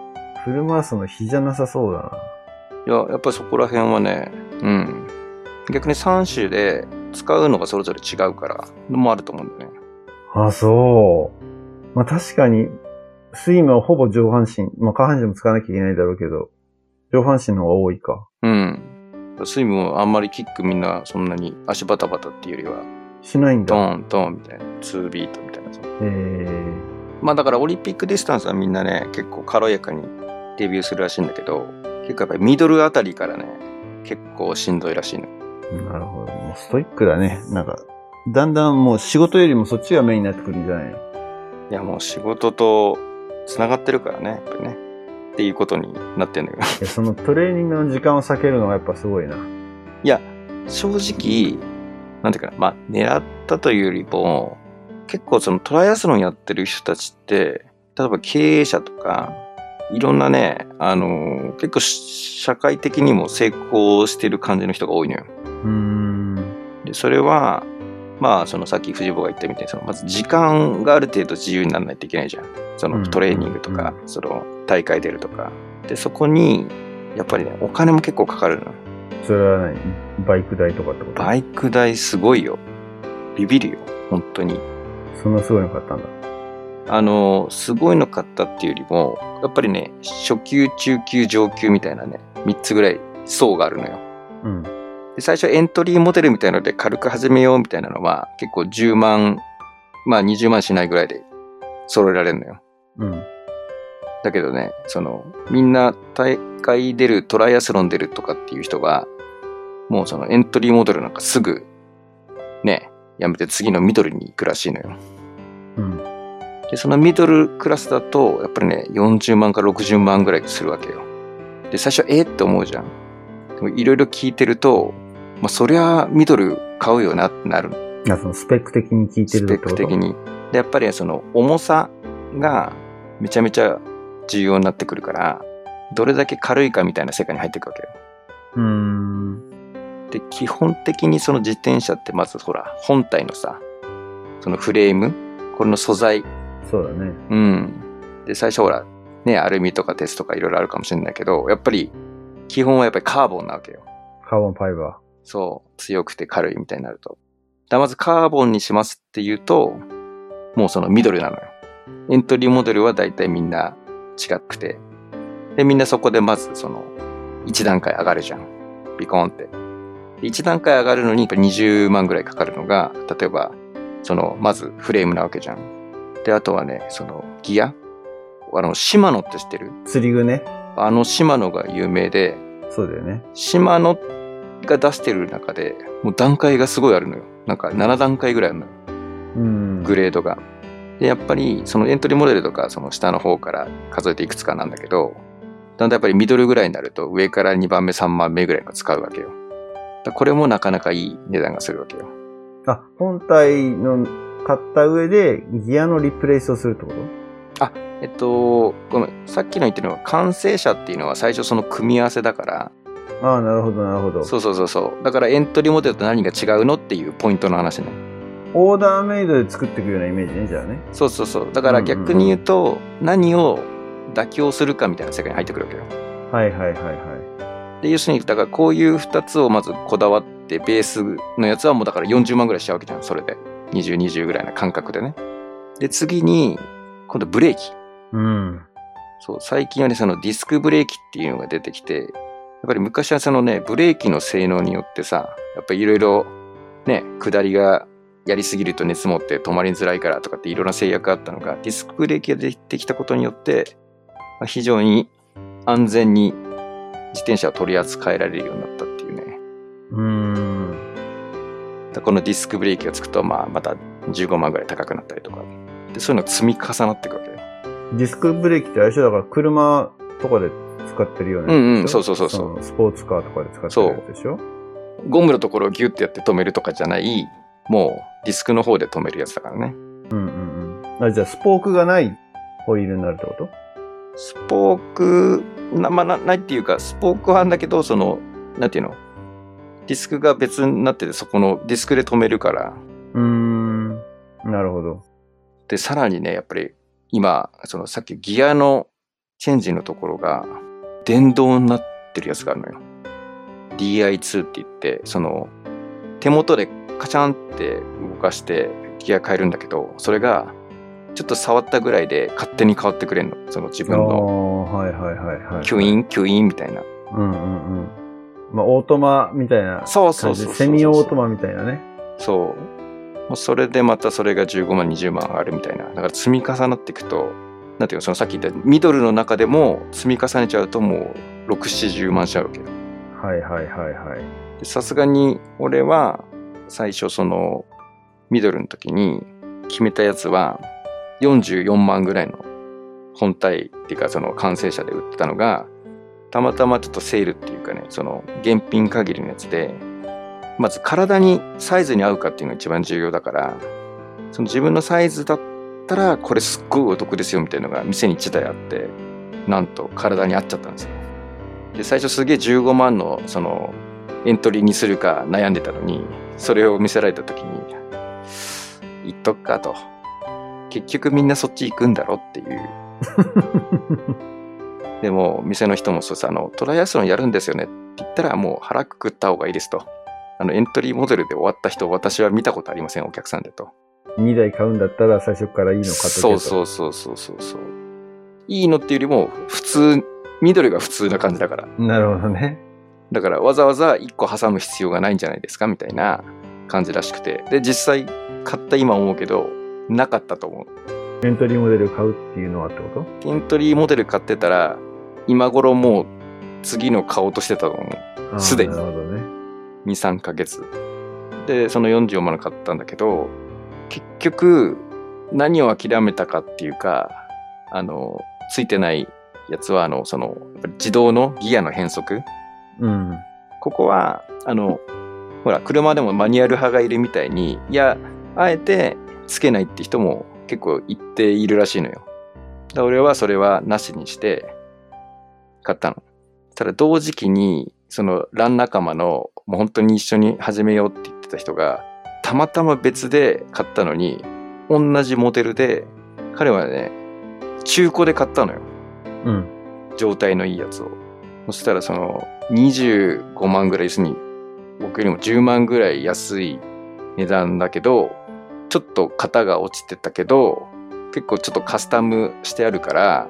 フルマラソンの日じゃなさそうだいや、やっぱりそこら辺はね、うん。逆に3種で使うのがそれぞれ違うから、もあると思うんだよね。な。あ、そう。まあ、確かに、スイムはほぼ上半身。まあ、下半身も使わなきゃいけないだろうけど、上半身の方が多いか。うん。スイムもあんまりキックみんなそんなに足バタバタっていうよりは、しないんドだ。ーン、ドーンみたいな、2ビートみたいなさ。えー、まあだからオリンピックディスタンスはみんなね、結構軽やかにデビューするらしいんだけど、結構やっぱりミドルあたりからね、結構しんどいらしいの。なるほど。もうストイックだね。なんか、だんだんもう仕事よりもそっちがメインになってくるんじゃないのいやもう仕事と繋がってるからね、やっぱりね。っていうことになってんだけど。いやそのトレーニングの時間を避けるのがやっぱすごいな。いや、正直、なんていうかな、まあ、狙ったというよりも、結構そのトライアスロンやってる人たちって、例えば経営者とか、いろんなね、あのー結構し社会的にも成功してる感じの人が多いのよ。うーん。で、それは、まあ、そのさっき藤坊が言ったみたいに、そのまず時間がある程度自由にならないといけないじゃん。そうんのトレーニングとか、その大会出るとか。で、そこに、やっぱりね、お金も結構かかるのよ。それは何バイク代とかってことバイク代すごいよ。ビビるよ。本当に。そんなすごいの買ったんだ。あの、すごいの買ったっていうよりも、やっぱりね、初級、中級、上級みたいなね、3つぐらい層があるのよ。うん。で、最初エントリーモデルみたいので軽く始めようみたいなのは、結構10万、まあ20万しないぐらいで揃えられるのよ。うん。だけどね、その、みんな大会出る、トライアスロン出るとかっていう人が、もうそのエントリーモデルなんかすぐ、ね、やめて次のミドルに行くらしいのよ。うん。で、そのミドルクラスだと、やっぱりね、40万から60万ぐらいするわけよ。で、最初、えーって思うじゃん。でも、いろいろ聞いてると、まあ、そりゃ、ミドル買うよなってなる。いや、そのスペック的に聞いてるスっペてッことク的。に。で、やっぱり、その、重さが、めちゃめちゃ重要になってくるから、どれだけ軽いかみたいな世界に入っていくわけよ。うーん。で、基本的にその自転車って、まず、ほら、本体のさ、そのフレーム、これの素材、そうだね。うん。で、最初ほら、ね、アルミとか鉄とかいろいろあるかもしれないけど、やっぱり、基本はやっぱりカーボンなわけよ。カーボンファイバそう、強くて軽いみたいになると。だまずカーボンにしますって言うと、もうそのミドルなのよ。エントリーモデルは大体みんな違くて。で、みんなそこでまずその、一段階上がるじゃん。ビコーンって。で一段階上がるのにやっぱ20万ぐらいかかるのが、例えば、その、まずフレームなわけじゃん。で、あとはね、その、ギアあの、シマノって知ってるー。釣り具ね。あのシマノが有名で、そうだよね。シマノが出してる中で、もう段階がすごいあるのよ。なんか7段階ぐらいあるのよ。うん。グレードが。で、やっぱり、そのエントリーモデルとか、その下の方から数えていくつかなんだけど、だんだんやっぱりミドルぐらいになると、上から2番目、3番目ぐらいが使うわけよ。だこれもなかなかいい値段がするわけよ。あ、本体の買った上でギアのリプレイスをするってことえっと、ごめん、さっきの言ってるのは、完成車っていうのは最初その組み合わせだから、ああ、なるほど、なるほど。そうそうそうそう。だからエントリーモデルと何が違うのっていうポイントの話ね。オーダーメイドで作っていくようなイメージね、じゃあね。そうそうそう。だから逆に言うと、何を妥協するかみたいな世界に入ってくるわけよ。はいはいはいはで、要するに、だからこういう2つをまずこだわって、ベースのやつはもうだから40万ぐらいしちゃうわけじゃん、それで。20、20ぐらいな感覚でね。で、次に、今度ブレーキ。い。うん。そう、最近はね、そのディスクブレーキっていうのが出てきて、やっぱり昔はそのね、ブレーキの性能によってさ、やっぱりいろいろ、ね、下りがやりすぎると熱持って止まりづらいからとかっていろんな制約があったのが、ディスクブレーキが出てきたことによって、まあ非常に安全に自転車を取り扱えられるようになったっていうね。うーん。だからこのディスクブレーキがつくと、まあ、また15万ぐらい高くなったりとか。で、そういうのが積み重なっていくわけ。ディスクブレーキって相性だから車とかで使ってるようなやつでしょうんうんそうそうそうそうのスポーツカーとかで使ってるやつでしょゴムのところをギュッてやって止めるとかじゃない、もうディスクの方で止めるやつだからね。うんうんうん。あじゃあ、スポークがないホイールになるってことスポーク、な、まあ、なないっていうか、スポークはあんだけど、その、なんていうのディスクが別になってて、そこのディスクで止めるから。うーん。なるほど。で、さらにね、やっぱり今、そのさっきギアのチェンジのところが、電動になってるやつがあるのよ。DI2 って言って、その、手元でカチャンって動かしてギア変えるんだけど、それが、ちょっと触ったぐらいで勝手に変わってくれるの。その自あ分あ、の、はいはいはいはい。キュイン、キュインみたいな。うんうんうん。まあ、オートマみたいなそうそ感うそじ。うそう。セミオートマみたいなね。そう。もうそれでまたそれが15万、20万上がるみたいな。だから積み重なっていくと、なんていうの、そのさっき言ったミドルの中でも積み重ねちゃうともう6、70万しちゃうわけよ。はいはいはいはい。でさすがに俺は最初そのミドルの時に決めたやつは44万ぐらいの本体っていうかその完成車で売ってたのがたまたまちょっとセールっていうかねその現品限りのやつでまず体にサイズに合うかっていうのが一番重要だからその自分のサイズだったらこれすっごいお得ですよみたいなのが店に1台あってなんと体に合っちゃったんですよで最初すげえ15万のそのエントリーにするか悩んでたのにそれを見せられた時に言っとくかと結局みんなそっち行くんだろっ ていうでも店の人もそうですあのトライアスロンやるんですよねって言ったらもう腹くくった方がいいですとあのエントリーモデルで終わった人を私は見たことありませんお客さんでと2台買うんだったら最初からいいの買っとけと。そうそうそうそうそうそういいのっていうよりも普通緑が普通な感じだからなるほどね。だからわざわざ1個挟む必要がないんじゃないですかみたいな感じらしくて。で、実際買った今思うけど、なかったと思う。エントリーモデル買うっていうのはってことエントリーモデル買ってたら、今頃もう次の買おうとしてたと思う。あーすでになるほどね。 2、3ヶ月。で、その44万の買ったんだけど、結局、何を諦めたかっていうか、あの、ついてないやつは、あの、その、やっぱり自動のギアの変速うん。ここは、あの、ほら、車でもマニュアル派がいるみたいに、いや、あえてつけないって人も結構言っているらしいのよ。だから俺はそれはなしにして買ったの。ただ同時期に、そのラン仲間の、もう本当に一緒に始めようって言ってた人が、たまたま別で買ったのに、同じモデルで、彼はね、中古で買ったのよ。うん。状態のいいやつを。そしたらその25万ぐらい、要するに僕よりも10万ぐらい安い値段だけど、ちょっと型が落ちてたけど、結構ちょっとカスタムしてあるから、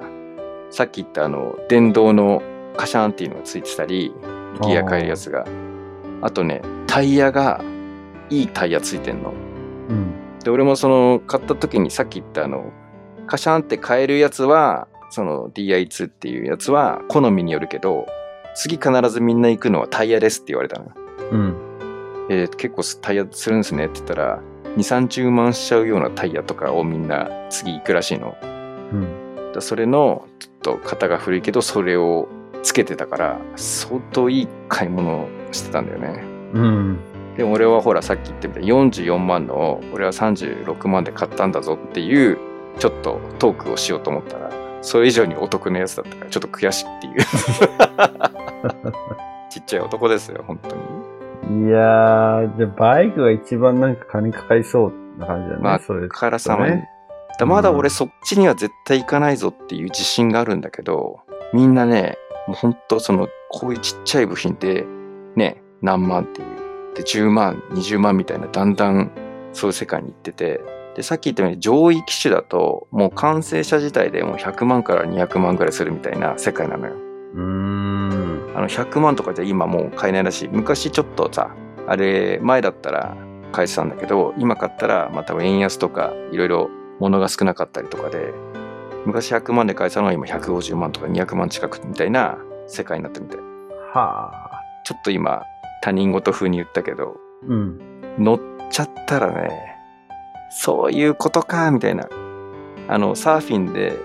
さっき言ったあの、電動のカシャンっていうのがついてたり、ギア変えるやつが。あとね、タイヤが、いいタイヤついてんの。うん。で俺もその買った時にさっき言ったあのカシャンって買えるやつはその DI2 っていうやつは好みによるけど次必ずみんな行くのはタイヤですって言われたのよ、うん。えー結構タイヤするんですねって言ったら2 3 0万しちゃうようなタイヤとかをみんな次行くらしいのうん。だからそれのちょっと型が古いけどそれをつけてたから相当いい買い物をしてたんだよねうん。でも俺はほらさっき言ってみた44万のを俺は36万で買ったんだぞっていうちょっとトークをしようと思ったらそれ以上にお得なやつだったからちょっと悔しいっていうちっちゃい男ですよ本当にいやー、じゃあバイクが一番なんか金かかりそうな感じだね。まあそれあからさまに、そうねだまだ俺そっちには絶対行かないぞっていう自信があるんだけどみんなねもう本当そのこういうちっちゃい部品でね何万っていうで10万20万みたいなだんだんそういう世界に行っててでさっき言ったように上位機種だともう完成車自体でもう100万から200万ぐらいするみたいな世界なのようーん。あの100万とかじゃ今もう買えないらしい昔ちょっとさあれ前だったら買えてたんだけど今買ったらまた円安とかいろいろ物が少なかったりとかで昔100万で買えてたのは今150万とか200万近くみたいな世界になってみたいはあ。ちょっと今他人事風に言ったけどうん。乗っちゃったらねそういうことかみたいなあのサーフィンで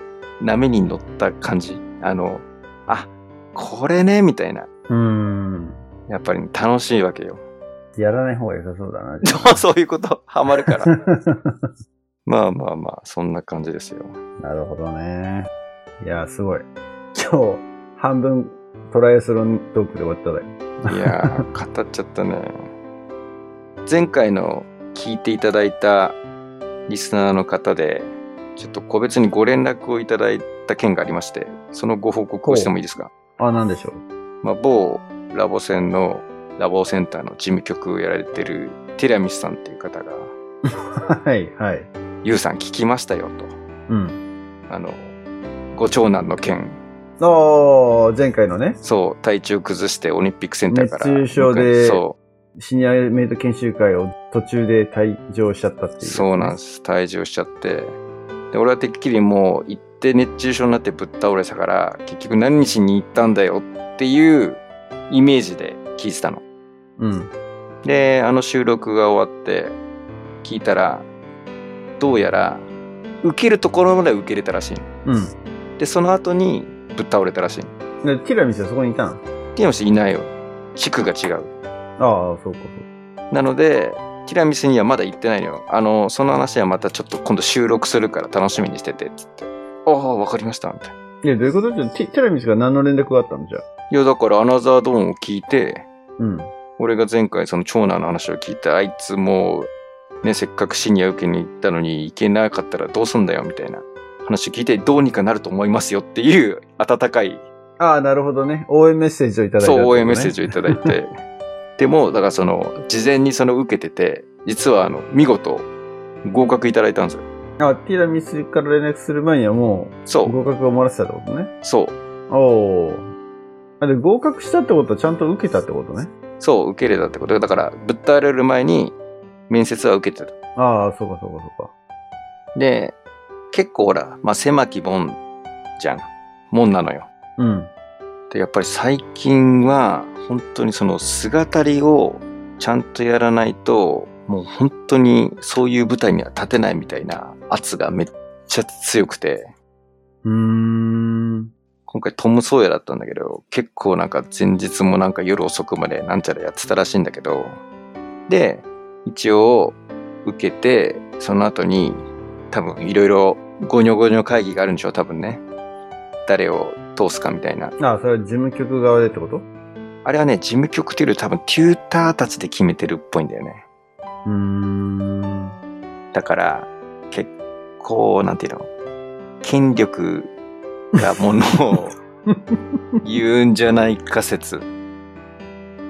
波に乗った感じあのあこれねみたいなうーん。やっぱりね楽しいわけよやらない方が良さそうだな。じゃ そうそういうこと、ハマる から。 あまあまあまあ、そんな感じですよ。なるほどね。いやー、すごい。今日、半分トライアスロントークで終わっただよ。いやー、語っちゃったね。前回の聞いていただいたリスナーの方で、ちょっと個別にご連絡をいただいた件がありまして、そのご報告をしてもいいですか。あ、なんでしょう。 まあ、某ラボ戦のラボセンターの事務局をやられてるティラミスさんっていう方が、はい、はい。ユウさん聞きましたよと。うん。あの、ご長男の件、おー、前回のね、そう、体調崩してオリンピックセンターから。熱中症でそ、シニアメイト研修会を途中で退場しちゃったっていうう。。そうなんですす。退場しちゃって。で、俺はてっきりもう行って熱中症になってぶっ倒れたから、結局何日に行ったんだよっていうイメージで聞いてたの。うん。で、あの収録が終わって、聞いたら、どうやら、受けるところまでは受けれたらしいの。うん。で、その後にぶっ倒れたらしいの。でティラミスはそこにいたのティラミスいないよ。地区が違う。ああ、そうか、なので、ティラミスにはまだ行ってないのよ。あの、その話はまたちょっと今度収録するから楽しみにしてて、つって。ああ、わかりました、みたいな。そうか。いや、どういうことじゃティティラミスが何の連絡があったのじゃあ。いや、だからアナザードーンを聞いて、うん。俺が前回その長男の話を聞いて、あいつもう、ね、せっかくシニア受けに行ったのに行けなかったらどうすんだよ、みたいな話を聞いて、どうにかなると思いますよっていう温かいああ、なるほどね。応援メッセージをいただいた、そう、応援メッセージを。をいただい て。でも、だからその、事前にその受けてて、実はあの、見事、合格いただいたんですよ。あ、ティラミスから連絡する前にはもそうう、合格を漏らしてたってことね。そう。おお。あ、で、合格したってことはちゃんと受けたってことね。そう、受け入れたってことだから、ぶっ倒れる前に面接は受けてた。ああ、そうかそうかそうか。で、結構ほら、まあ、狭き門じゃん。門なのよ。うん。で、やっぱり最近は、本当にその姿りをちゃんとやらないと、もう本当にそういう舞台には立てないみたいな圧がめっちゃ強くて、うーん。今回トム・ソーヤだったんだけど、結構なんか前日もなんか夜遅くまでなんちゃらやってたらしいんだけど、で、一応受けて、その後に多分いろいろゴニョゴニョ会議があるんでしょ、多分ね。誰を通すかみたいな。ああ、それは事務局側でってことうあれはね、事務局というより多分テューターたちで決めてるっぽいんだよね。ーん。だから、結構、なんていうの、権力たものを言うんじゃないか説。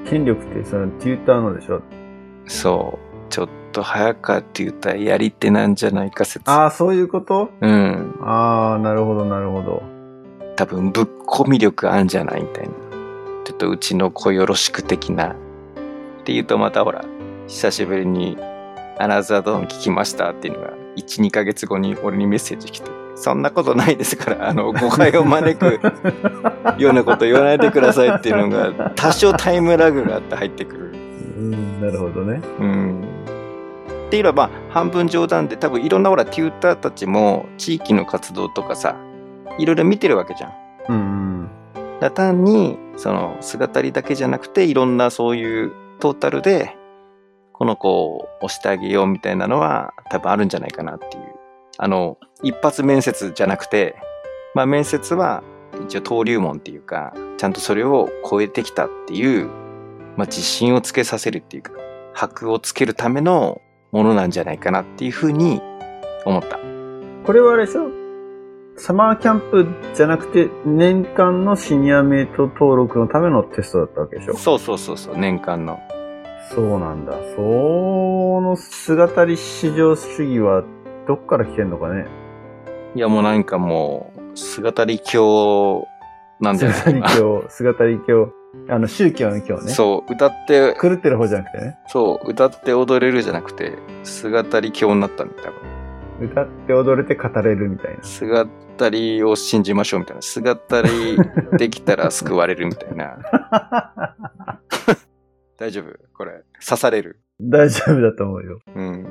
権力ってそのテューターのでしょそう。ちょっと早かって言ったらやり手なんじゃないか説。ああ、そういうことうん。ああ、なるほど、なるほど。多分ぶっ込み力あんじゃないみたいな。ちょっとうちの子よろしく的な。って言うとまたほら、久しぶりにアナザードーン聞きましたっていうのが、1、2ヶ月後に俺にメッセージ来て。そんなことないですから、あの、誤解を招くようなこと言わないでくださいっていうのが、多少タイムラグがあって入ってくる。うん、なるほどね。うんっていうのはまあ半分冗談で多分いろんなほらテューターたちも地域の活動とかさいろいろ見てるわけじゃん。うん、うん。だから単にその姿りだけじゃなくていろんなそういうトータルでこの子を押してあげようみたいなのは多分あるんじゃないかなっていう。あの一発面接じゃなくて、まあ、面接は一応登竜門っていうかちゃんとそれを超えてきたっていう、まあ、自信をつけさせるっていうか箔をつけるためのものなんじゃないかなっていうふうに思った。これはあれでしょサマーキャンプじゃなくて、年間のシニアメイト登録のためのテストだったわけでしょそうそうそうそう年間の。そうなんだ。その姿り至上主義はどっから来てんのかねいやもうなんかもう、姿り教なんじゃない姿り教、姿り教、あの宗教の教ね。そう、歌って、狂ってる方じゃなくてね。そう、歌って踊れるじゃなくて、姿り教になったんだよ。歌って踊れて語れるみたいな。姿りを信じましょうみたいな。姿りできたら救われるみたいな。 大丈夫これ。刺される。大丈夫だと思うよ。うん。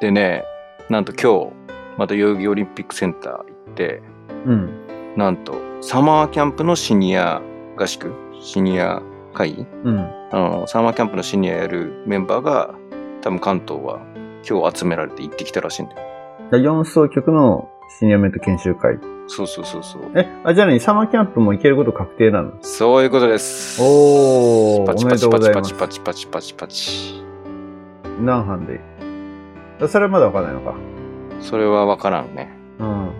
でね、なんと今日、また代々木オリンピックセンター行って、うん。なんと、サマーキャンプのシニア合宿シニア会議うん。あのサマーキャンプのシニアやるメンバーが多分関東は今日集められて行ってきたらしいんだよ第4総局のシニアメイト研修会。そうそうそうそうえ、あ、じゃあね、サマーキャンプも行けること確定なのそういうことですおーパチおめでパとチうごパざチいパまチすパチパチパチパチ何班であそれはまだわかんないのか。それは分からんねうん。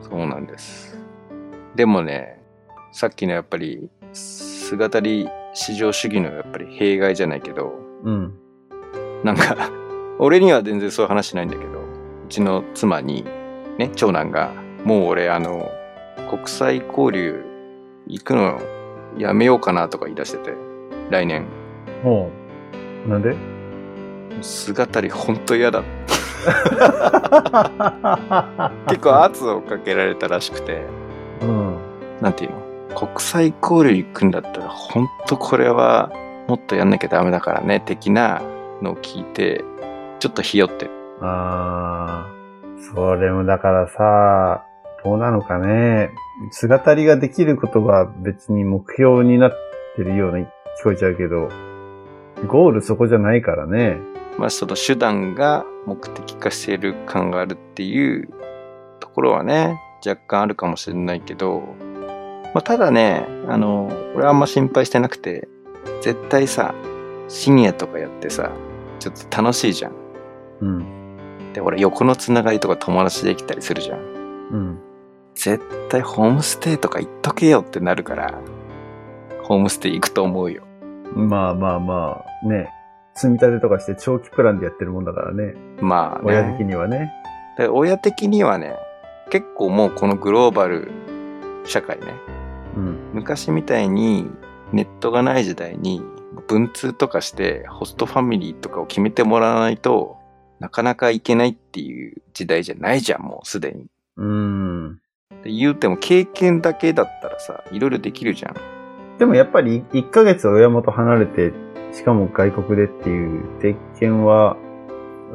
そうなんですでもねさっきのやっぱり姿り至上主義のやっぱり弊害じゃないけどうん。なんか俺には全然そういう話ないんだけどうちの妻にね長男がもう俺あの国際交流行くのやめようかなとか言い出してて来年ほう。なんで 姿りほんと嫌だ結構圧をかけられたらしくて うん。なんていうの国際交流行くんだったらほんとこれはもっとやんなきゃダメだからね的なのを聞いてちょっとひよってるあー、それもだからさ、どうなのかね。姿りができることが別に目標になってるように聞こえちゃうけど、ゴールそこじゃないからね。まあ、その手段が目的化している感があるっていうところはね若干あるかもしれないけど、まあ、ただねあの俺はあんま心配してなくて絶対さ深夜とかやってさちょっと楽しいじゃん。うん。でほら横のつながりとか友達できたりするじゃん。うん。絶対ホームステイとか行っとけよってなるからホームステイ行くと思うよ。まあまあまあ、ね。積み立てとかして長期プランでやってるもんだからね。まあ、ね、親的にはね。で親的にはね結構もうこのグローバル社会ねうん。昔みたいにネットがない時代に文通とかしてホストファミリーとかを決めてもらわないとなかなかいけないっていう時代じゃないじゃんもうすでに。うん。で言うても経験だけだったらさいろいろできるじゃん。でもやっぱり1ヶ月親元離れて、しかも外国でっていう経験は、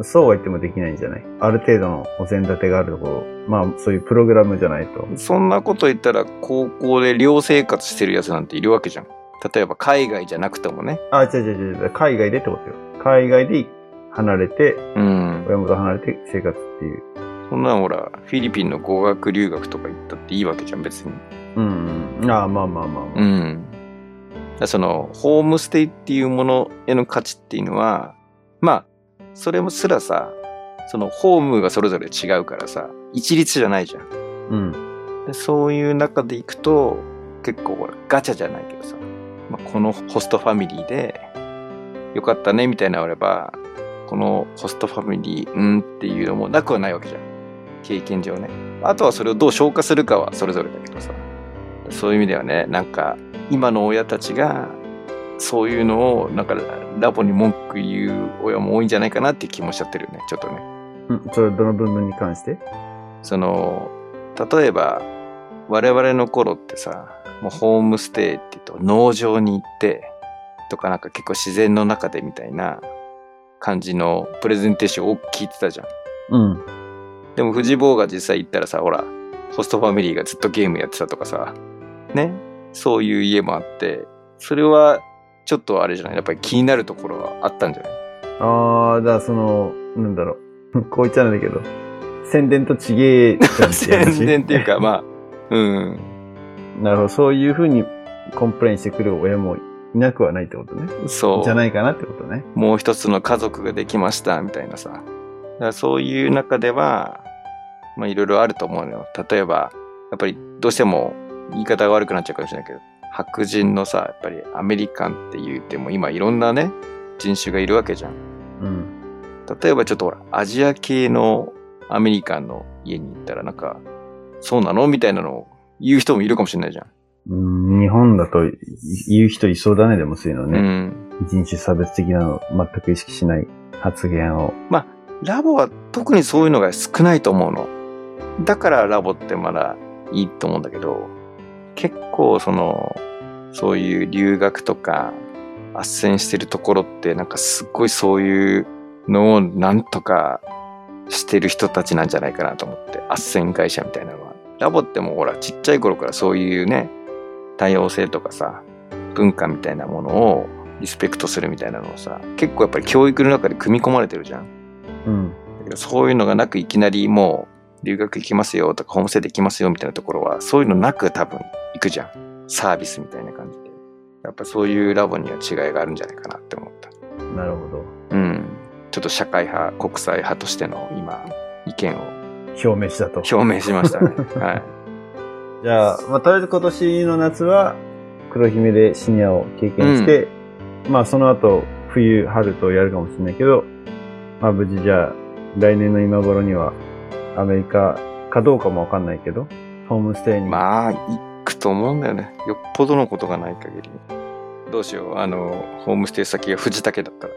そうは言ってもできないんじゃないある程度のお膳立てがあるところ、まあそういうプログラムじゃないと。そんなこと言ったら高校で寮生活してるやつなんているわけじゃん。例えば海外じゃなくてもね。あ、違う違う違う違う、海外でってことよ。海外で離れて、うん。親元離れて生活っていう。そんなんほらフィリピンの語学留学とか行ったっていいわけじゃん別に。うん、うん。ああ、まあまあまあ、うまあ。ん。だからその、ホームステイっていうものへの価値っていうのは、まあ、それもすらさ、その、ホームがそれぞれ違うからさ、一律じゃないじゃん。うん。ででそういう中でいくと結構ほらガチャじゃないけどさ、まあこのホストファミリーでよかったねみたいなのがあればこのホストファミリーうんっていうのもなくはないわけじゃん経験上ねあとはそれをどう消化するかはそれぞれだけどさそういう意味ではねなんか今の親たちがそういうのをなんかラボに文句言う親も多いんじゃないかなって気もしちゃってるよねちょっとねうん、それどの部分に関してその例えば我々の頃ってさもうホームステイって言うと農場に行ってとかなんか結構自然の中でみたいな感じのプレゼンテーションを聞いてたじゃんうん。でも藤坊が実際行ったらさほらホストファミリーがずっとゲームやってたとかさねそういう家もあってそれはちょっとあれじゃないやっぱり気になるところはあったんじ ゃないああ、だからその、なんだろう。 こう言っちゃなんだけど、宣伝とちげえじゃんって話 宣伝っていうかまあうんなるほど。そういうふうにコンプレインしてくる親もいなくはないってことね。そうじゃないかなってことね。もう一つの家族ができましたみたいなさだからそういう中ではまあいろいろあると思うのよ例えばやっぱりどうしても言い方が悪くなっちゃうかもしれないけど白人のさやっぱりアメリカンって言っても今いろんなね人種がいるわけじゃんうん。例えばちょっとほらアジア系のアメリカンの家に行ったらなんかそうなのみたいなのを言う人もいるかもしれないじゃん、うん、日本だとい言う人いそうだね、でもそういうのうね。ん人種差別的なの全く意識しない発言を。ラボは特にそういうのが少ないと思うの。だからラボってまだいいと思うんだけど、結構その、そういう留学とか、斡旋してるところってなんかすっごいそういうのをなんとかしてる人たちなんじゃないかなと思って、斡旋会社みたいなのは。ラボってもうほら、ちっちゃい頃からそういうね、多様性とかさ、文化みたいなものをリスペクトするみたいなのをさ、結構やっぱり教育の中で組み込まれてるじゃん。うん。だけどそういうのがなくいきなりもう留学行きますよとかホームステイできますよみたいなところはそういうのなく多分行くじゃんサービスみたいな感じでやっぱそういうラボには違いがあるんじゃないかなって思ったなるほど。うんちょっと社会派国際派としての今意見を表明したと。表明しましたね はいじゃあ、まあ、とりあえず今年の夏は、黒姫でシニアを経験して、まあ、その後、冬、春とやるかもしれないけど、まあ、無事じゃあ、来年の今頃には、アメリカかどうかもわかんないけど、ホームステイに。まあ行くと思うんだよねよっぽどのことがない限りどうしようあのホームステイ先が藤竹だった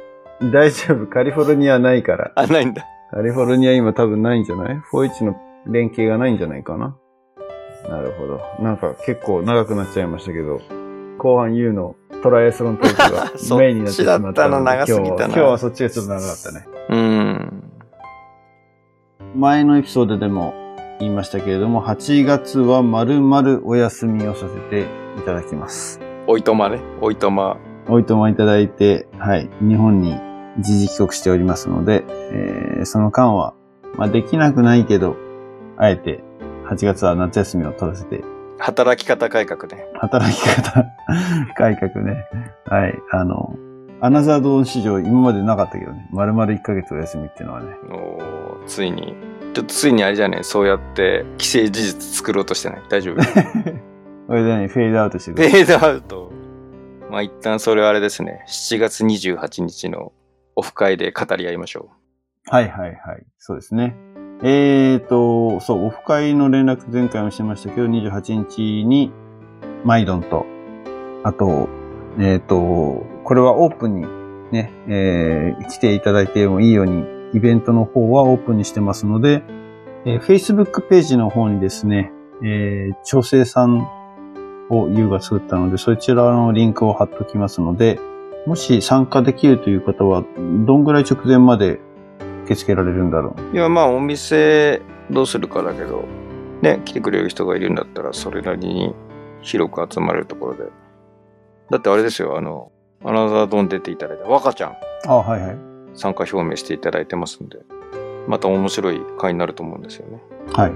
ら大丈夫、カリフォルニアないから。あないんだカリフォルニア今多分ないんじゃない ?41 の連携がないんじゃないかななるほど。なんか結構長くなっちゃいましたけど、後半 U のトライアスロントーク そがっちメインになってしまったのでだったの長すぎたな今日は今日はそっちがちょっと長かったね。うん前のエピソードでも言いましたけれども、8月は丸々お休みをさせていただきます。おいとまねおいとまおいともいただいて、はい、日本に一時帰国しておりますので、えーその間は、まあ、できなくないけど、あえて8月は夏休みを取らせて、働き方改革ね。働き方 改革ね。はい、あの、アナザードーン市場今までなかったけどね、丸々1ヶ月お休みっていうのはね、 おーついに。ちょっとついにあれじゃねそうやって既成事実作ろうとしてない。大 丈夫フこれでね、フェードアウトしてくれェードアウト。まあ一旦それはあれですね。7月28日のオフ会で語り合いましょはいはいはい。そうですね。えーと、そう、オフ会の連絡前回もしてましたけど、28日に、マイドンと、あと、えーと、これはオープンにね、えー来ていただいてもいいように、イベントの方はオープンにしてますので、えー Facebook ページの方にですね、えー調整さんを優が作ったので、そちらのリンクを貼っときますので、もし参加できるという方は、どんぐらい直前まで受け付けられるんだろう。う。いやまあお店どうするかだけど、ね、来てくれる人がいるんだったらそれなりに広く集まれるところで。だってあれですよ、あの、アナザードン出ていただいた若ちゃんあ、はいはい。参加表明していただいてますんで、また面白い会になると思うんですよね。はい。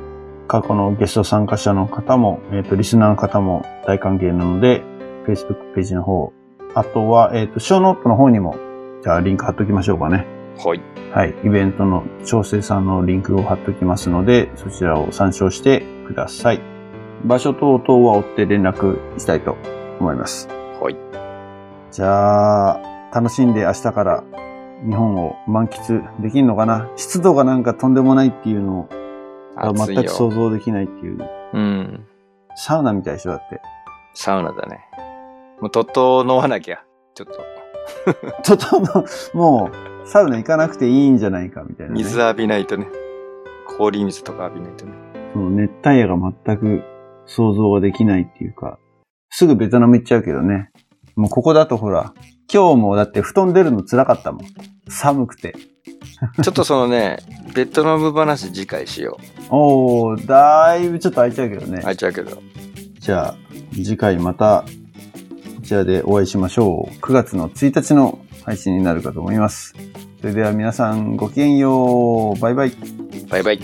過去のゲスト参加者の方も、えっ、と、リスナーの方も大歓迎なので、Facebook ページの方、あとは、えっ、と、ショーノートの方にも、じゃあリンク貼っときましょうかね。はい。はい。イベントの調整さんのリンクを貼っときますので、そちらを参照してください。場所等々は追って連絡したいと思います。はい。じゃあ、楽しんで明日から日本を満喫できんのかな湿度がなんかとんでもないっていうのを暑い全く想よ。像できないっていう。うん。サウナみたいでしょだって。サウナだね。もう、整わなきゃ。ちょっと、ちょっともう、もう、サウナ行かなくていいんじゃないかみたいな、ね。水浴びないとね。氷水とか浴びないとね。その熱帯夜が全く想像ができないっていうか、すぐベトナム行っちゃうけどね。もうここだとほら、今日もだって布団出るの辛かったもん。寒くて。ちょっとそのね、 ベトナム話次回しよおー、だいぶちょっと空いちゃうけどねう。。あいちゃうけど。じゃあ、次回また、こちらでお会いしましょう。9月の1日の配信になるかと思います。それでは皆さんごきげんよう。バイバイ。バイバイ。